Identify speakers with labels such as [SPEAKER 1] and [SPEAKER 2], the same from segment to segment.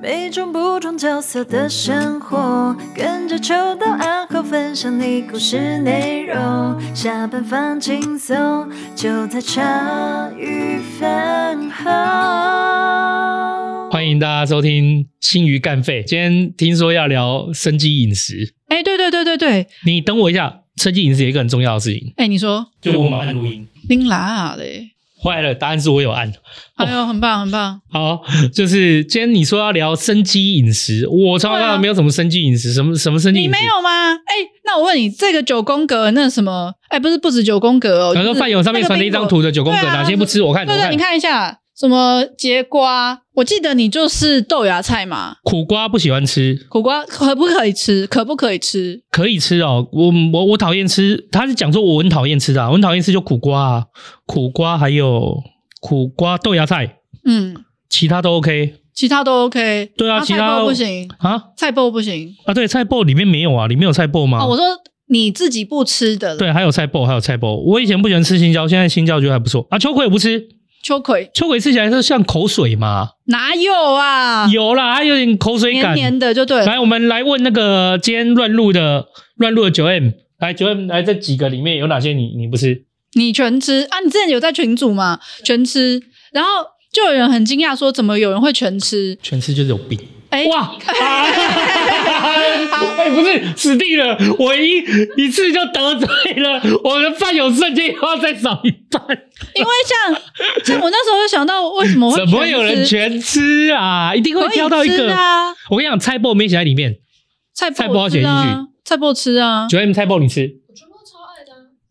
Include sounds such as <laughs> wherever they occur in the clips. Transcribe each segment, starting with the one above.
[SPEAKER 1] 每种不同角色的生活，跟着秋到暗号分享你故事内容。下班放轻松，就在茶余饭后。
[SPEAKER 2] 欢迎大家收听《新鱼干废》。今天听说要聊生机饮食，
[SPEAKER 3] 哎、对对对对对，
[SPEAKER 2] 你等我一下。生机饮食有一个很重要的事情，
[SPEAKER 3] 哎、你说
[SPEAKER 2] 就是我们按录音
[SPEAKER 3] 拎拉啊嘞，
[SPEAKER 2] 坏了，答案是我有按。
[SPEAKER 3] 哎呦，很棒很棒，
[SPEAKER 2] 好，就是今天你说要聊生机饮食，我从小到
[SPEAKER 3] 对
[SPEAKER 2] 大
[SPEAKER 3] 啊
[SPEAKER 2] 没有什么生机饮食，什么什么生机
[SPEAKER 3] 你
[SPEAKER 2] 饮食
[SPEAKER 3] 没？有吗？哎、那我问你，这个九宫格那什么？哎、不是不止九宫格哦，
[SPEAKER 2] 然后
[SPEAKER 3] 就是
[SPEAKER 2] 饭友上面
[SPEAKER 3] 那个
[SPEAKER 2] 传了一张
[SPEAKER 3] 冰
[SPEAKER 2] 图的九宫格，
[SPEAKER 3] 对啊
[SPEAKER 2] 哪些不吃？我看
[SPEAKER 3] 果
[SPEAKER 2] 我
[SPEAKER 3] 对对，你看一下什么节瓜，我记得你就是豆芽菜嘛，
[SPEAKER 2] 苦瓜不喜欢吃，
[SPEAKER 3] 苦瓜可不可以吃？可不可以吃？
[SPEAKER 2] 可以吃哦。我我我讨厌吃，他是讲说我很讨厌吃的啊、我很讨厌吃就苦瓜啊，苦瓜还有苦瓜豆芽菜，
[SPEAKER 3] 嗯，
[SPEAKER 2] 其他都 OK
[SPEAKER 3] 其他都 OK，
[SPEAKER 2] 对啊
[SPEAKER 3] 然后
[SPEAKER 2] 其
[SPEAKER 3] 菜
[SPEAKER 2] 他
[SPEAKER 3] 包不行，
[SPEAKER 2] 啊
[SPEAKER 3] 菜包不行
[SPEAKER 2] 啊！对，菜脯里面没有啊，里面有菜脯吗？
[SPEAKER 3] 哦，我说你自己不吃的，，
[SPEAKER 2] 对，还有菜脯，还有菜脯。我以前不喜欢吃青椒，现在青椒觉得还不错啊。秋葵也不吃，
[SPEAKER 3] 秋葵
[SPEAKER 2] 秋葵吃起来是像口水嘛，
[SPEAKER 3] 哪有啊？
[SPEAKER 2] 有啦，它有点口水
[SPEAKER 3] 黏
[SPEAKER 2] 感。
[SPEAKER 3] 黏的就对了，
[SPEAKER 2] 来，我们来问那个今天乱入的乱入的九 M，来九 M 来这几个里面有哪些你你不吃？
[SPEAKER 3] 你全吃啊？你之前有在群组嘛？全吃，然后就有人很惊讶说，怎么有人会全吃？
[SPEAKER 2] 全吃就是有病。
[SPEAKER 3] 哎、
[SPEAKER 2] 哇！啊 <laughs> 哎、不是死定了，我一一次就得罪了我的饭友，瞬间又要再少一半。
[SPEAKER 3] 因为像
[SPEAKER 2] <laughs>
[SPEAKER 3] 像我那时候就想到，为什么会
[SPEAKER 2] 怎么会有人
[SPEAKER 3] 吃？
[SPEAKER 2] 全吃啊？一定会
[SPEAKER 3] 可以
[SPEAKER 2] 挑到一
[SPEAKER 3] 吃
[SPEAKER 2] 个。
[SPEAKER 3] 啊，嗯
[SPEAKER 2] 我跟你讲，菜脯没写在里面，
[SPEAKER 3] 菜
[SPEAKER 2] 菜包
[SPEAKER 3] 包吃
[SPEAKER 2] 选
[SPEAKER 3] 啊，菜包吃啊，
[SPEAKER 2] 九 M 菜脯你吃。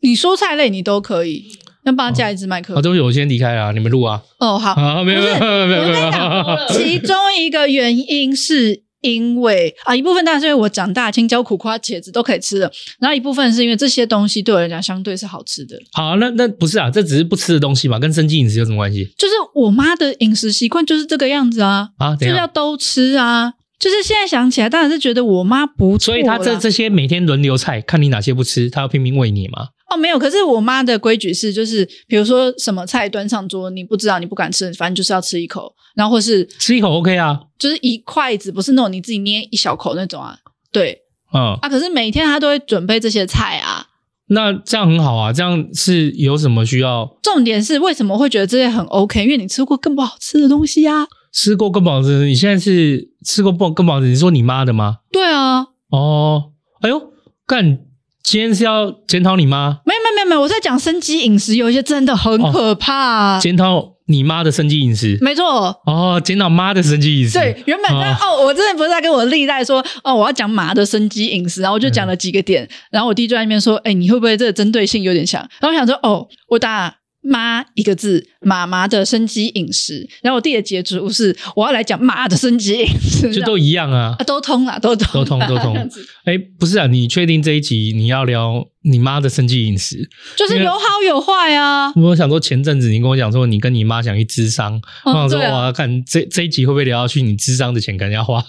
[SPEAKER 3] 你蔬菜类你都可以，那帮他加一支麦克
[SPEAKER 2] 好、
[SPEAKER 3] 风。
[SPEAKER 2] 对不起，我先离开了啊，你们录啊。
[SPEAKER 3] 嗯哦，好，
[SPEAKER 2] 啊，没有
[SPEAKER 3] 不
[SPEAKER 2] 没
[SPEAKER 3] 是
[SPEAKER 2] 有没有没有
[SPEAKER 3] 我
[SPEAKER 2] 没
[SPEAKER 3] 跟
[SPEAKER 2] 有。 <laughs>
[SPEAKER 3] 你讲，其中一个原因是因为啊，一部分当然是因为我长大，青椒、苦瓜、茄子都可以吃了，然后一部分是因为这些东西对我来讲相对是好吃的。
[SPEAKER 2] 好，那那不是啊，这只是不吃的东西嘛，跟生计饮食有什么关系
[SPEAKER 3] 就是我妈的饮食习惯就是这个样子啊，
[SPEAKER 2] 啊？
[SPEAKER 3] 就
[SPEAKER 2] 等一
[SPEAKER 3] 是
[SPEAKER 2] 下，
[SPEAKER 3] 要都吃啊。就是现在想起来，当然是觉得我妈不
[SPEAKER 2] 所
[SPEAKER 3] 错啦。
[SPEAKER 2] 以他这这些每天轮流菜，看你哪些不吃，他要拼命喂你嘛。
[SPEAKER 3] 哦没有，可是我妈的规矩是，就是比如说什么菜端上桌，你不知道你不敢吃，反正就是要吃一口，然后或是
[SPEAKER 2] 吃一口 OK 啊，
[SPEAKER 3] 就是一筷子，不是那种你自己捏一小口那种啊。对
[SPEAKER 2] 嗯，
[SPEAKER 3] 啊，可是每天她都会准备这些菜啊。
[SPEAKER 2] 那这样很好啊，这样是有什么需要
[SPEAKER 3] 重点是为什么会觉得这些很 OK？因为你吃过更不好吃的东西啊。
[SPEAKER 2] 吃过更不好吃？你现在是吃过不更不好吃？你说你妈的吗？
[SPEAKER 3] 对啊，
[SPEAKER 2] 哦，哎呦，干，今天是要检讨你妈，
[SPEAKER 3] 没有没有没有没有，我在讲生机饮食，有一些真的很
[SPEAKER 2] 哦
[SPEAKER 3] 可怕、啊
[SPEAKER 2] 检讨你妈的生计饮食。
[SPEAKER 3] 没错，
[SPEAKER 2] 哦，检讨妈的生计饮食。
[SPEAKER 3] 对，原本在、
[SPEAKER 2] 哦
[SPEAKER 3] 哦，我之前不是在跟我历代说哦，我要讲马的生机饮食，然后我就
[SPEAKER 2] 嗯
[SPEAKER 3] 讲了几个点，然后我弟就在那边说，哎，你会不会这个针对性有点强？然后我想说，哦，我打妈一个字，妈妈的生机饮食，然后我弟的解读是我要来讲妈的生机饮食，
[SPEAKER 2] 就
[SPEAKER 3] 这样
[SPEAKER 2] 都一样啊
[SPEAKER 3] 啊。都通啦，都通
[SPEAKER 2] 都通
[SPEAKER 3] 啦
[SPEAKER 2] 都通
[SPEAKER 3] 这样子
[SPEAKER 2] 哎，不是啊，你确定这一集你要聊你妈的生计饮食？
[SPEAKER 3] 就是有好有坏啊。
[SPEAKER 2] 我想说，前阵子你跟我讲说你跟你妈想去智商，我想
[SPEAKER 3] 嗯，
[SPEAKER 2] 说
[SPEAKER 3] 对啊，
[SPEAKER 2] 哇，看这这一集会不会聊到去你智商的钱可能要
[SPEAKER 3] <laughs>
[SPEAKER 2] 花，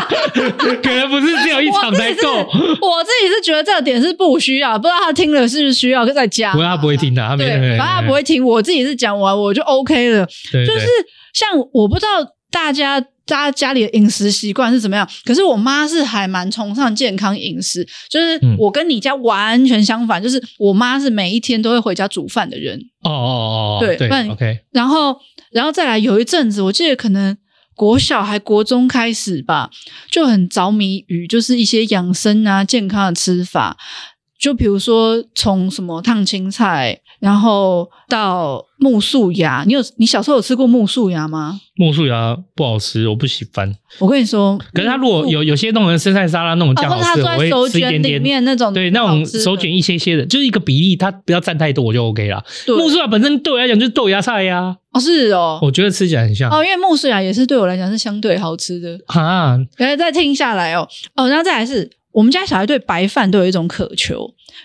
[SPEAKER 2] 可能不是只有一场才够。
[SPEAKER 3] 我自己是觉得这个点是不需要，不知道他听了是不是需要再加。
[SPEAKER 2] 不过他不会听的，啊他没，
[SPEAKER 3] 啊对，反正他不会听。我自己是讲完我就 OK 了，
[SPEAKER 2] 对，对
[SPEAKER 3] 就是像我不知道大家大家家里的饮食习惯是怎么样，可是我妈是还蛮崇尚健康饮食，就是
[SPEAKER 2] 嗯
[SPEAKER 3] 我跟你家完全相反，就是我妈是每一天都会回家煮饭的人，
[SPEAKER 2] 哦哦哦哦，
[SPEAKER 3] 对不
[SPEAKER 2] 对
[SPEAKER 3] 然
[SPEAKER 2] ，OK，
[SPEAKER 3] 然后然后再来有一阵子，我记得可能。国小还国中开始吧，就很着迷于就是一些养生啊、健康的吃法，就比如说从什么烫青菜，然后到木素芽。你有你小时候有吃过木素芽吗？
[SPEAKER 2] 木薯芽不好吃，我不喜欢。
[SPEAKER 3] 我跟你说，
[SPEAKER 2] 可是他如果有有些弄成生菜沙拉那种
[SPEAKER 3] 啊，
[SPEAKER 2] 酱
[SPEAKER 3] 嗯或
[SPEAKER 2] 好
[SPEAKER 3] 者
[SPEAKER 2] 吃，
[SPEAKER 3] 他坐
[SPEAKER 2] 我
[SPEAKER 3] 在手
[SPEAKER 2] 会吃一
[SPEAKER 3] 卷
[SPEAKER 2] 点
[SPEAKER 3] 里
[SPEAKER 2] 点。
[SPEAKER 3] 面那种
[SPEAKER 2] 对，那种
[SPEAKER 3] 好吃的
[SPEAKER 2] 手卷一些些的，就是一个比例，它不要占太多，我就 OK 啦。
[SPEAKER 3] 对
[SPEAKER 2] 木薯啊芽本身对我来讲就是豆芽菜呀、
[SPEAKER 3] 哦是哦
[SPEAKER 2] 我觉得吃起来很像。
[SPEAKER 3] 哦，因为木薯芽也是对我来讲是相对好吃的。
[SPEAKER 2] 啊，
[SPEAKER 3] 然后再听下来哦哦，然后再来是我们家小孩对白饭都有一种渴求，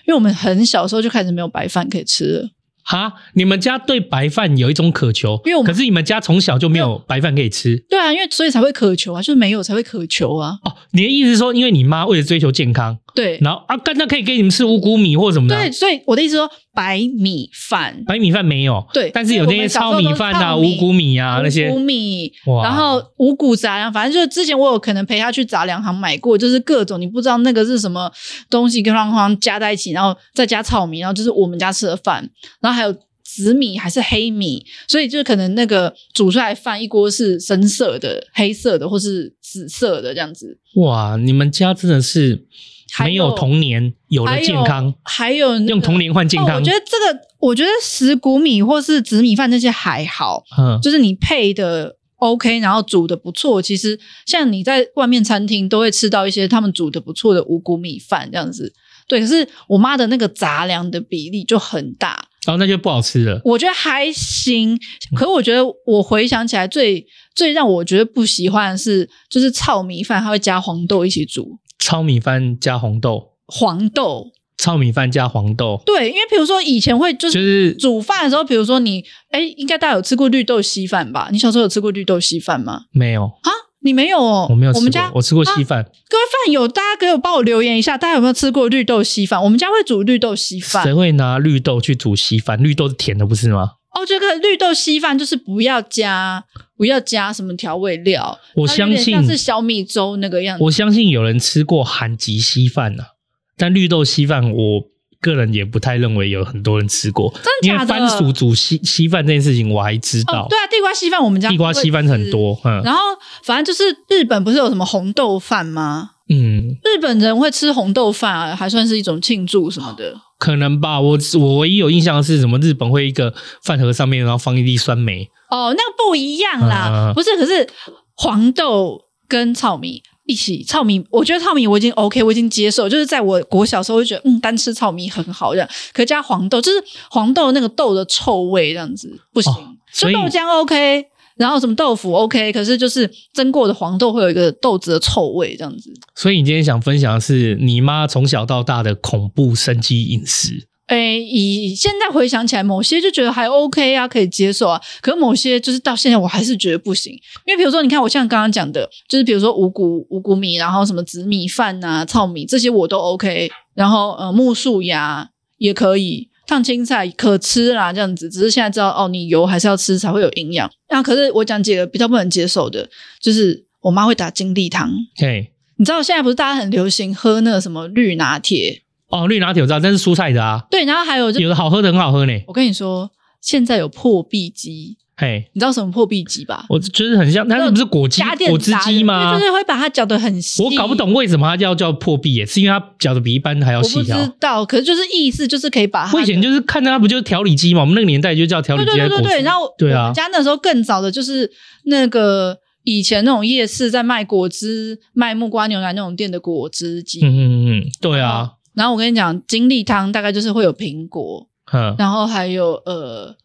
[SPEAKER 3] 因为我们很小时候就开始没有白饭可以吃了。
[SPEAKER 2] 哈，你们家对白饭有一种渴求，
[SPEAKER 3] 因为我们
[SPEAKER 2] 可是你们家从小就没有白饭可以吃
[SPEAKER 3] 对啊，因为所以才会渴求啊，就是没有才会渴求啊。
[SPEAKER 2] 哦。你的意思是说，因为你妈为了追求健康，
[SPEAKER 3] 对
[SPEAKER 2] 然后啊，干那可以给你们吃五谷米或什么的啊
[SPEAKER 3] 对，，所以我的意思说，白米饭、
[SPEAKER 2] 白米饭没有，
[SPEAKER 3] 对
[SPEAKER 2] 但是有那些糙米饭啊、
[SPEAKER 3] 因为我们小时候都是糙米
[SPEAKER 2] 五谷米啊那些
[SPEAKER 3] 五，谷米，
[SPEAKER 2] 哇
[SPEAKER 3] 然后五谷杂粮，反正就是之前我有可能陪他去杂粮行买过，就是各种你不知道那个是什么东西跟方方加在一起，然后再加糙米，然后就是我们家吃的饭，然后还有。紫米还是黑米，所以就可能那个煮出来饭一锅是深色的、黑色的或是紫色的这样子，
[SPEAKER 2] 哇，你们家真的是
[SPEAKER 3] 还
[SPEAKER 2] 没有
[SPEAKER 3] 有
[SPEAKER 2] 童年，有了
[SPEAKER 3] 还有
[SPEAKER 2] 健康，
[SPEAKER 3] 还有、那个
[SPEAKER 2] 用童年换健
[SPEAKER 3] 哦。
[SPEAKER 2] 康
[SPEAKER 3] 我觉，得这个，我觉得石谷米或是紫米饭那些还好，
[SPEAKER 2] 嗯，
[SPEAKER 3] 就是你配的 OK，然后煮的不错。其实像你在外面餐厅都会吃到一些他们煮的不错的五谷米饭这样子。对，可是我妈的那个杂粮的比例就很大，
[SPEAKER 2] 然后哦那就不好吃了。
[SPEAKER 3] 我觉得还行。
[SPEAKER 2] 嗯
[SPEAKER 3] 可我觉得我回想起来最最让我觉得不喜欢的是，就是糙米饭，它会加黄豆一起煮。
[SPEAKER 2] 糙米饭加红豆，
[SPEAKER 3] 黄豆，
[SPEAKER 2] 糙米饭加黄豆，
[SPEAKER 3] 对，因为比如说以前会就是
[SPEAKER 2] 就是
[SPEAKER 3] 煮饭的时候，比如说你，哎，应该大家有吃过绿豆稀饭吧？你小时候有吃过绿豆稀饭吗？
[SPEAKER 2] 没有，
[SPEAKER 3] 啊，你没有哦？
[SPEAKER 2] 我没有吃
[SPEAKER 3] 我们家啊
[SPEAKER 2] 过，我吃过稀饭，
[SPEAKER 3] 各位饭友，大家可以帮我留言一下，大家有没有吃过绿豆稀饭？我们家会煮绿豆稀
[SPEAKER 2] 谁
[SPEAKER 3] 饭
[SPEAKER 2] 会拿绿豆去煮稀饭？绿豆是甜的，不是吗？
[SPEAKER 3] 哦。这个绿豆稀饭就是不要加不要加什么调味料，
[SPEAKER 2] 我
[SPEAKER 3] 啊它有点
[SPEAKER 2] 相信
[SPEAKER 3] 像是小米粥那个样子。
[SPEAKER 2] 我相信有人吃过韩籍稀饭呐、但绿豆稀饭我个人也不太认为有很多人吃过，
[SPEAKER 3] 真
[SPEAKER 2] 因
[SPEAKER 3] 的
[SPEAKER 2] 为
[SPEAKER 3] 假的
[SPEAKER 2] 番薯煮稀稀饭这件事情我还知道，
[SPEAKER 3] 哦，对啊，地瓜稀饭我们家
[SPEAKER 2] 地瓜
[SPEAKER 3] 会
[SPEAKER 2] 稀饭
[SPEAKER 3] 吃
[SPEAKER 2] 很。多，嗯
[SPEAKER 3] 然后反正就是日本不是有什么红豆饭吗？
[SPEAKER 2] 嗯，
[SPEAKER 3] 日本人会吃红豆饭啊，还算是一种庆祝什么的。
[SPEAKER 2] 可能吧。我我唯一有印象的是什么？日本会一个饭盒上面然后放一粒酸梅，
[SPEAKER 3] 哦，那个不一样啦，
[SPEAKER 2] 嗯
[SPEAKER 3] 不是，可是黄豆跟糙米一起，糙米，我觉得糙米我已经 OK，我已经接受，就是在我国小时候就觉得，嗯，单吃糙米很好这样，可加黄豆，就是嗯黄豆那个豆的臭味这样子不行，
[SPEAKER 2] 哦
[SPEAKER 3] 就
[SPEAKER 2] 所以
[SPEAKER 3] 豆浆 OK。然后什么豆腐 OK，可是就是蒸过的黄豆会有一个豆子的臭味，这样子。
[SPEAKER 2] 所以你今天想分享的是你妈从小到大的恐怖生机饮食，
[SPEAKER 3] 诶，以现在回想起来，某些就觉得还 OK 啊，可以接受啊。可是某些就是到现在我还是觉得不行，因为比如说，你看我像刚刚讲的，就是比如说五谷五谷米，然后什么紫米饭呐、糙米这些我都 OK，然后呃木薯芽也可以，烫青菜可吃啦，这样子。只是现在知道哦，你油还是要吃才会有营养。那、可是我讲几个比较不能接受的，就是我妈会打精力汤，
[SPEAKER 2] 嘿。
[SPEAKER 3] 你知道现在不是大家很流行喝那个什么绿拿铁？
[SPEAKER 2] 哦，绿拿铁我知道，但是蔬菜的啊，
[SPEAKER 3] 对，然后还有就
[SPEAKER 2] 有的好喝的很好喝呢。
[SPEAKER 3] 我跟你说，现在有破壁机，
[SPEAKER 2] 嘿，
[SPEAKER 3] 你知道什么破壁机吧？
[SPEAKER 2] 我就是很像，它不是果汁
[SPEAKER 3] 家电
[SPEAKER 2] 果汁
[SPEAKER 3] 砸的
[SPEAKER 2] 机吗？
[SPEAKER 3] 对就是会把它搅得很细。
[SPEAKER 2] 我搞不，懂为什么它叫叫破壁耶，是因为它搅的比一般还要
[SPEAKER 3] 我不
[SPEAKER 2] 细
[SPEAKER 3] 知
[SPEAKER 2] 条。
[SPEAKER 3] 道，可是就是意思就是可以把它的。
[SPEAKER 2] 我以前就是看到它不就是调理机嘛，我们那个年代就叫调理
[SPEAKER 3] 对
[SPEAKER 2] 机
[SPEAKER 3] 对
[SPEAKER 2] 还
[SPEAKER 3] 对
[SPEAKER 2] 是果
[SPEAKER 3] 对
[SPEAKER 2] 汁。
[SPEAKER 3] 对，然后
[SPEAKER 2] 对
[SPEAKER 3] 我
[SPEAKER 2] 啊
[SPEAKER 3] 们，家那时候更早的就是那个以前那种夜市在卖果汁、卖木瓜牛奶那种店的果汁机。
[SPEAKER 2] 嗯嗯嗯，对啊，
[SPEAKER 3] 然后我跟你讲，精力汤大概就是会有苹果，
[SPEAKER 2] 嗯，
[SPEAKER 3] 然后还有呃，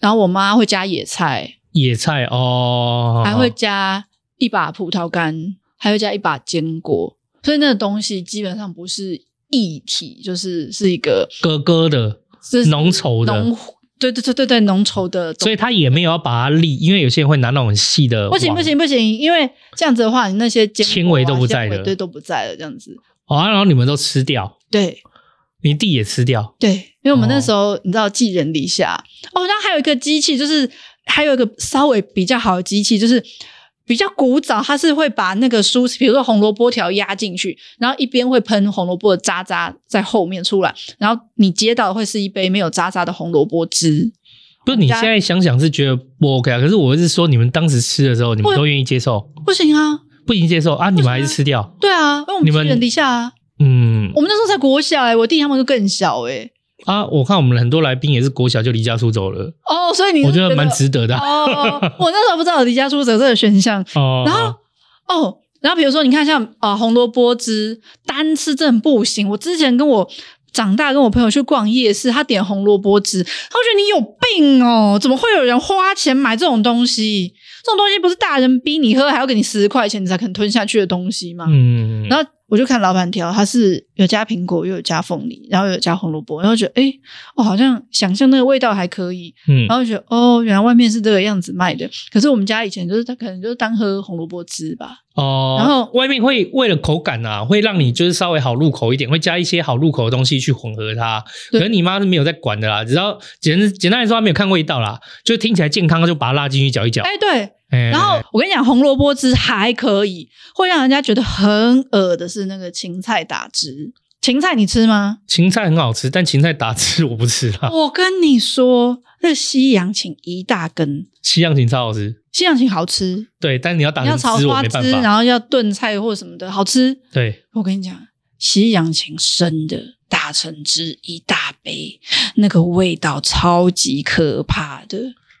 [SPEAKER 3] 然后我妈会加野菜，
[SPEAKER 2] 野菜哦，
[SPEAKER 3] 还会加一把葡萄干，还会加一把坚果，所以那个东西基本上不是液体，就是是一个
[SPEAKER 2] 咯咯的，
[SPEAKER 3] 是
[SPEAKER 2] 浓稠的
[SPEAKER 3] 浓，对对对对对，浓稠的东
[SPEAKER 2] 所
[SPEAKER 3] 西。
[SPEAKER 2] 以它也没有要把它沥，因为有些人会拿那种很细的，
[SPEAKER 3] 不行不，行不行，因为这样子的话，你那些坚果啊
[SPEAKER 2] 纤维都不在了
[SPEAKER 3] 纤维对，都不在了，这样子。
[SPEAKER 2] 哦，啊然后你们都吃掉，
[SPEAKER 3] 对
[SPEAKER 2] 你弟也吃掉，
[SPEAKER 3] 对，因为我们
[SPEAKER 2] 哦
[SPEAKER 3] 那时候、你知道寄人篱下哦，然后还有一个机器，就是还有一个稍微比较好的机器，就是。比较古早，它是会把那个蔬，比如说红萝卜条压进去，然后一边会喷红萝卜的渣渣在后面出来，然后你接到的会是一杯没有渣渣的红萝卜汁。
[SPEAKER 2] 不是你
[SPEAKER 3] 我们
[SPEAKER 2] 现
[SPEAKER 3] 家
[SPEAKER 2] 在想想是觉得不 OK 啊，可是我是说你们当时吃的时候，你们
[SPEAKER 3] 不
[SPEAKER 2] 都愿意接受，
[SPEAKER 3] 不行啊，
[SPEAKER 2] 不一定接受啊，你
[SPEAKER 3] 为什
[SPEAKER 2] 们
[SPEAKER 3] 么
[SPEAKER 2] 还是吃掉，
[SPEAKER 3] 对啊，因为我
[SPEAKER 2] 你
[SPEAKER 3] 们
[SPEAKER 2] 们
[SPEAKER 3] 寄人篱下啊。
[SPEAKER 2] 嗯
[SPEAKER 3] 我们那时候才国小哎、我弟他们就更小哎、
[SPEAKER 2] 啊，我看我们很多来宾也是国小就离家出走了。
[SPEAKER 3] 哦，所以你是
[SPEAKER 2] 我觉得蛮值得的啊。
[SPEAKER 3] 哦，我那时候不知道有离家出走这个选项，
[SPEAKER 2] 哦
[SPEAKER 3] 然后哦，然后比如说你看像啊、呃红萝卜汁单吃真的不行。我之前跟我长大跟我朋友去逛夜市，他点红萝卜汁，他会觉得你有病哦，怎么会有人花钱买这种东西？这种东西不是大人逼你喝，还要给你十块钱你才肯吞下去的东西吗？
[SPEAKER 2] 嗯，
[SPEAKER 3] 然后我就看老板挑，它是有加苹果，又有加凤梨，然后又有加红萝卜，然后觉得哎，诶哦，好像想象那个味道还可以，
[SPEAKER 2] 嗯
[SPEAKER 3] 然后就觉得哦，原来外面是这个样子卖的。可是我们家以前就是他可能就是当喝红萝卜汁吧，
[SPEAKER 2] 哦，
[SPEAKER 3] 然后
[SPEAKER 2] 外面会为了口感啊，会让你就是稍微好入口一点，会加一些好入口的东西去混合它。可
[SPEAKER 3] 对
[SPEAKER 2] 是你妈是没有在管的啦，只要简简单来说，她没有看味道啦，就听起来健康，她就把它拉进去搅一搅。
[SPEAKER 3] 哎，对。
[SPEAKER 2] 哎
[SPEAKER 3] 然后我跟你讲，红萝卜汁还可以，会让人家觉得很恶的是那个芹菜打汁。芹菜你吃吗？
[SPEAKER 2] 芹菜很好吃，但芹菜打汁我不吃啦。
[SPEAKER 3] 我跟你说，那西洋芹一大根，
[SPEAKER 2] 西洋芹超好吃，
[SPEAKER 3] 西洋芹好吃，
[SPEAKER 2] 对，但你要打
[SPEAKER 3] 你要
[SPEAKER 2] 成
[SPEAKER 3] 炒
[SPEAKER 2] 汁我
[SPEAKER 3] 花
[SPEAKER 2] 没
[SPEAKER 3] 枝，
[SPEAKER 2] 办法。
[SPEAKER 3] 然后要炖菜或什么的，好吃。
[SPEAKER 2] 对，
[SPEAKER 3] 我跟你讲，西洋芹生的打成汁一大杯，那个味道超级可怕的。 <laughs>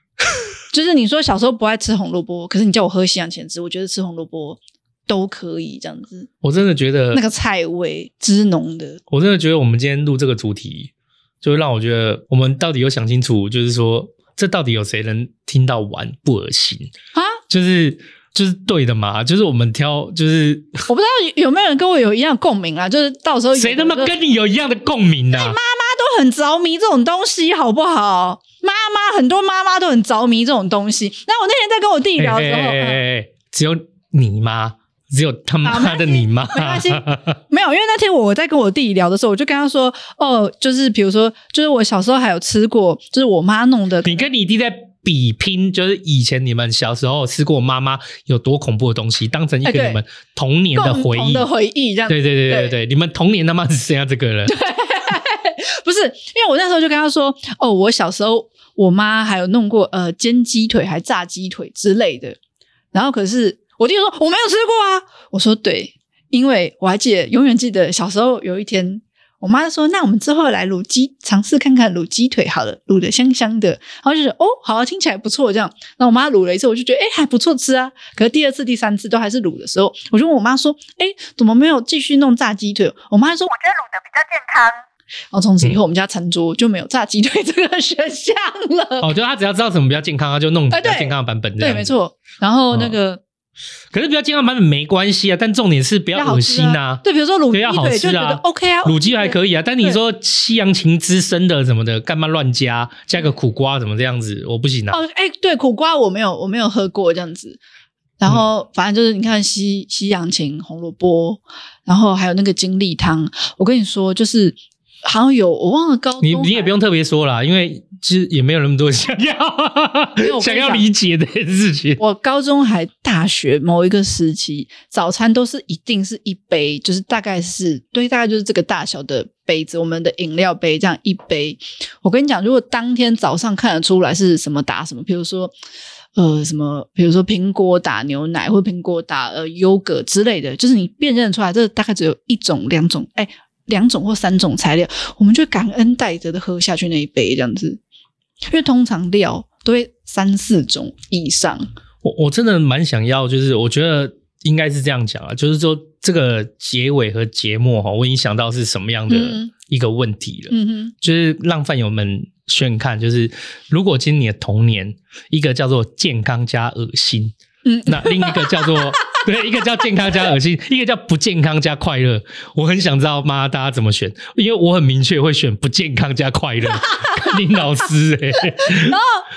[SPEAKER 3] 就是你说小时候不爱吃红萝卜，可是你叫我喝西洋芹汁，我觉得吃红萝卜都可以这样子，
[SPEAKER 2] 我真的觉得
[SPEAKER 3] 那个菜味汁浓的。
[SPEAKER 2] 我真的觉得我们今天录这个主题，就让我觉得我们到底有想清楚，就是说这到底有谁能听到完不恶心
[SPEAKER 3] 啊？ <laughs>
[SPEAKER 2] 就是就是对的嘛，就是我们挑，就是
[SPEAKER 3] 我不知道有有没有人跟我有一样的共鸣啊？就是到时候有
[SPEAKER 2] 谁他妈
[SPEAKER 3] 的
[SPEAKER 2] 跟你有一样的共鸣呢、啊？
[SPEAKER 3] 都很着迷这种东西，好不好？妈妈很多妈妈都很着迷这种东西。那我那天在跟我弟聊的时候，
[SPEAKER 2] 哎哎哎
[SPEAKER 3] 嗯
[SPEAKER 2] 哎哎只有你妈，只有他妈的你妈，
[SPEAKER 3] <laughs> 没关系，没有，因为那天我在跟我弟聊的时候，我就跟他说，哦，就是比如说，就是我小时候还有吃过，就是我妈弄的，
[SPEAKER 2] 你跟你弟在。比拼就是以前你们小时候吃过妈妈有多恐怖的东西，当成一
[SPEAKER 3] 哎
[SPEAKER 2] 个
[SPEAKER 3] 对
[SPEAKER 2] 你们童年的
[SPEAKER 3] 共
[SPEAKER 2] 回
[SPEAKER 3] 同
[SPEAKER 2] 忆。
[SPEAKER 3] 的回忆这样。
[SPEAKER 2] 对对对对
[SPEAKER 3] 对
[SPEAKER 2] 对，你们童年他妈只剩下这个了。
[SPEAKER 3] 不是，因为我那时候就跟他说，哦，我小时候我妈还有弄过呃煎鸡腿还炸鸡腿之类的，然后可是我弟就说我没有吃过啊，我说对，因为我还记得永远记得小时候有一天。我妈就说：“那我们之后来卤鸡，尝试看看卤鸡腿好了，卤的香香的。”然后就觉得哦，好、啊，听起来不错。这样，那我妈卤了一次，我就觉得哎，还不错吃啊。可是第二次、第三次都还是卤的时候，我就问我妈说：“哎，怎么没有继续弄炸鸡腿？”我妈说：“哎我觉得卤的比较健康。”然后从此以后，我们家餐桌就没有炸鸡腿这个选项了。
[SPEAKER 2] 哦，就他只要知道什么比较健康，他就弄比
[SPEAKER 3] 哎对
[SPEAKER 2] 较健康的版本。
[SPEAKER 3] 对，没。错。然后那个、 <laughs>
[SPEAKER 2] 可是比较健康版本没关系啊，但重点是不
[SPEAKER 3] 要
[SPEAKER 2] 要
[SPEAKER 3] 好
[SPEAKER 2] 恶
[SPEAKER 3] 吃
[SPEAKER 2] 心
[SPEAKER 3] 啊
[SPEAKER 2] 呐、
[SPEAKER 3] 对，比如说卤
[SPEAKER 2] 对要
[SPEAKER 3] 鸡
[SPEAKER 2] 好
[SPEAKER 3] 腿就
[SPEAKER 2] 吃
[SPEAKER 3] 觉得
[SPEAKER 2] 啊
[SPEAKER 3] OK 啊，
[SPEAKER 2] 卤鸡还可以啊，但你
[SPEAKER 3] 对
[SPEAKER 2] 说西洋芹汁生的什么的，干嘛乱加？加个苦瓜怎么这样子？我不行啊。
[SPEAKER 3] 哦，哎，对，苦瓜我没有，我没有喝过这样子。
[SPEAKER 2] 嗯
[SPEAKER 3] 然后反正就是你看西西洋芹、红萝卜，然后还有那个精力汤。我跟你说，就是好像有我忘了高中
[SPEAKER 2] 你你也
[SPEAKER 3] 还
[SPEAKER 2] 不用特别说啦，因为其实也没有那么 <laughs> 多想
[SPEAKER 3] 有
[SPEAKER 2] 要
[SPEAKER 3] 我跟
[SPEAKER 2] 想
[SPEAKER 3] 你
[SPEAKER 2] 要
[SPEAKER 3] 讲
[SPEAKER 2] 理解的事情。
[SPEAKER 3] 我高中还大学某一个时期，早餐都是一定是一杯，就是大概是对，大概就是这个大小的杯子，我们的饮料杯这样一杯。我跟你讲，如果当天早上看得出来是什么打什么，比如说呃什么，比如说苹果打牛奶或苹果打呃优格之类的，就是你辨认出来，这大概只有一种、两种，哎，两种或三种材料，我们就感恩戴德的喝下去那一杯这样子，因为通常料都会三四种以上。
[SPEAKER 2] 我我真的蛮想要，就是我觉得应该是这样讲啊，就是说这个结尾和节末哈，我已经想到是什么样的
[SPEAKER 3] 嗯
[SPEAKER 2] 一个问题了。
[SPEAKER 3] 嗯哼，
[SPEAKER 2] 就是让饭友们选看，就是如果今年的童年，一个叫做健康加恶心，
[SPEAKER 3] 嗯
[SPEAKER 2] 那另一个叫做对，一个叫健康加恶心，一个叫不健康加快乐。我很想知道妈大家怎么选，因为我很明确会选不健康加快乐。看林老师、欸，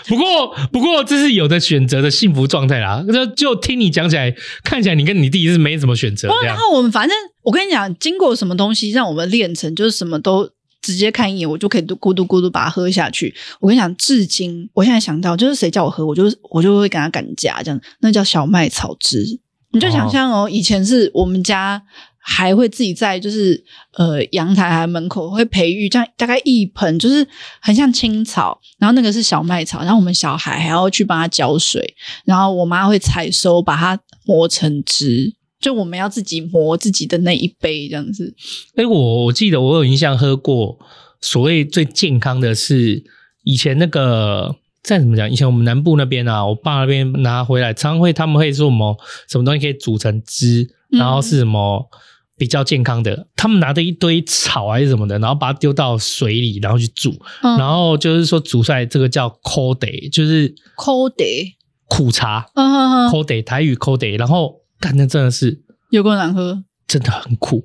[SPEAKER 2] 不过不过这是有的选择的幸福状态啦。就就听你讲起来，看起来你跟你弟是没什么选择这
[SPEAKER 3] 然
[SPEAKER 2] 样。
[SPEAKER 3] 后我们反正我跟你讲，经过什么东西让我们练成，就是什么都直接看一眼，我就可以咕嘟咕嘟把它喝下去。我跟你讲，至今我现在想到，就是谁叫我喝，我就我就会跟他赶价，这样那叫小麦草汁。你就想象哦，以前是我们家还会自己在就是呃阳台还门口会培育这样大概一盆，就是很像青草，然后那个是小麦草，然后我们小孩还要去帮它浇水，然后我妈会采收把它磨成汁，就我们要自己磨自己的那一杯这样子。
[SPEAKER 2] 哎、我我记得我有印象喝过，所谓最健康的是以前那个再怎么讲，以前我们南部那边啊，我爸那边拿回来，常会他们会说什么什么东西可以煮成汁，
[SPEAKER 3] 嗯
[SPEAKER 2] 然后是什么。比较健康的，他们拿着一堆草还是什么的，然后把它丢到水里，然后去煮，
[SPEAKER 3] 嗯
[SPEAKER 2] 然后就是说煮出来这个叫 cold day，就是
[SPEAKER 3] cold day
[SPEAKER 2] 苦茶
[SPEAKER 3] 嗯哼哼，
[SPEAKER 2] ，Kode 台语 Kode，然后干那真的是
[SPEAKER 3] 有够难喝，
[SPEAKER 2] 真的很苦。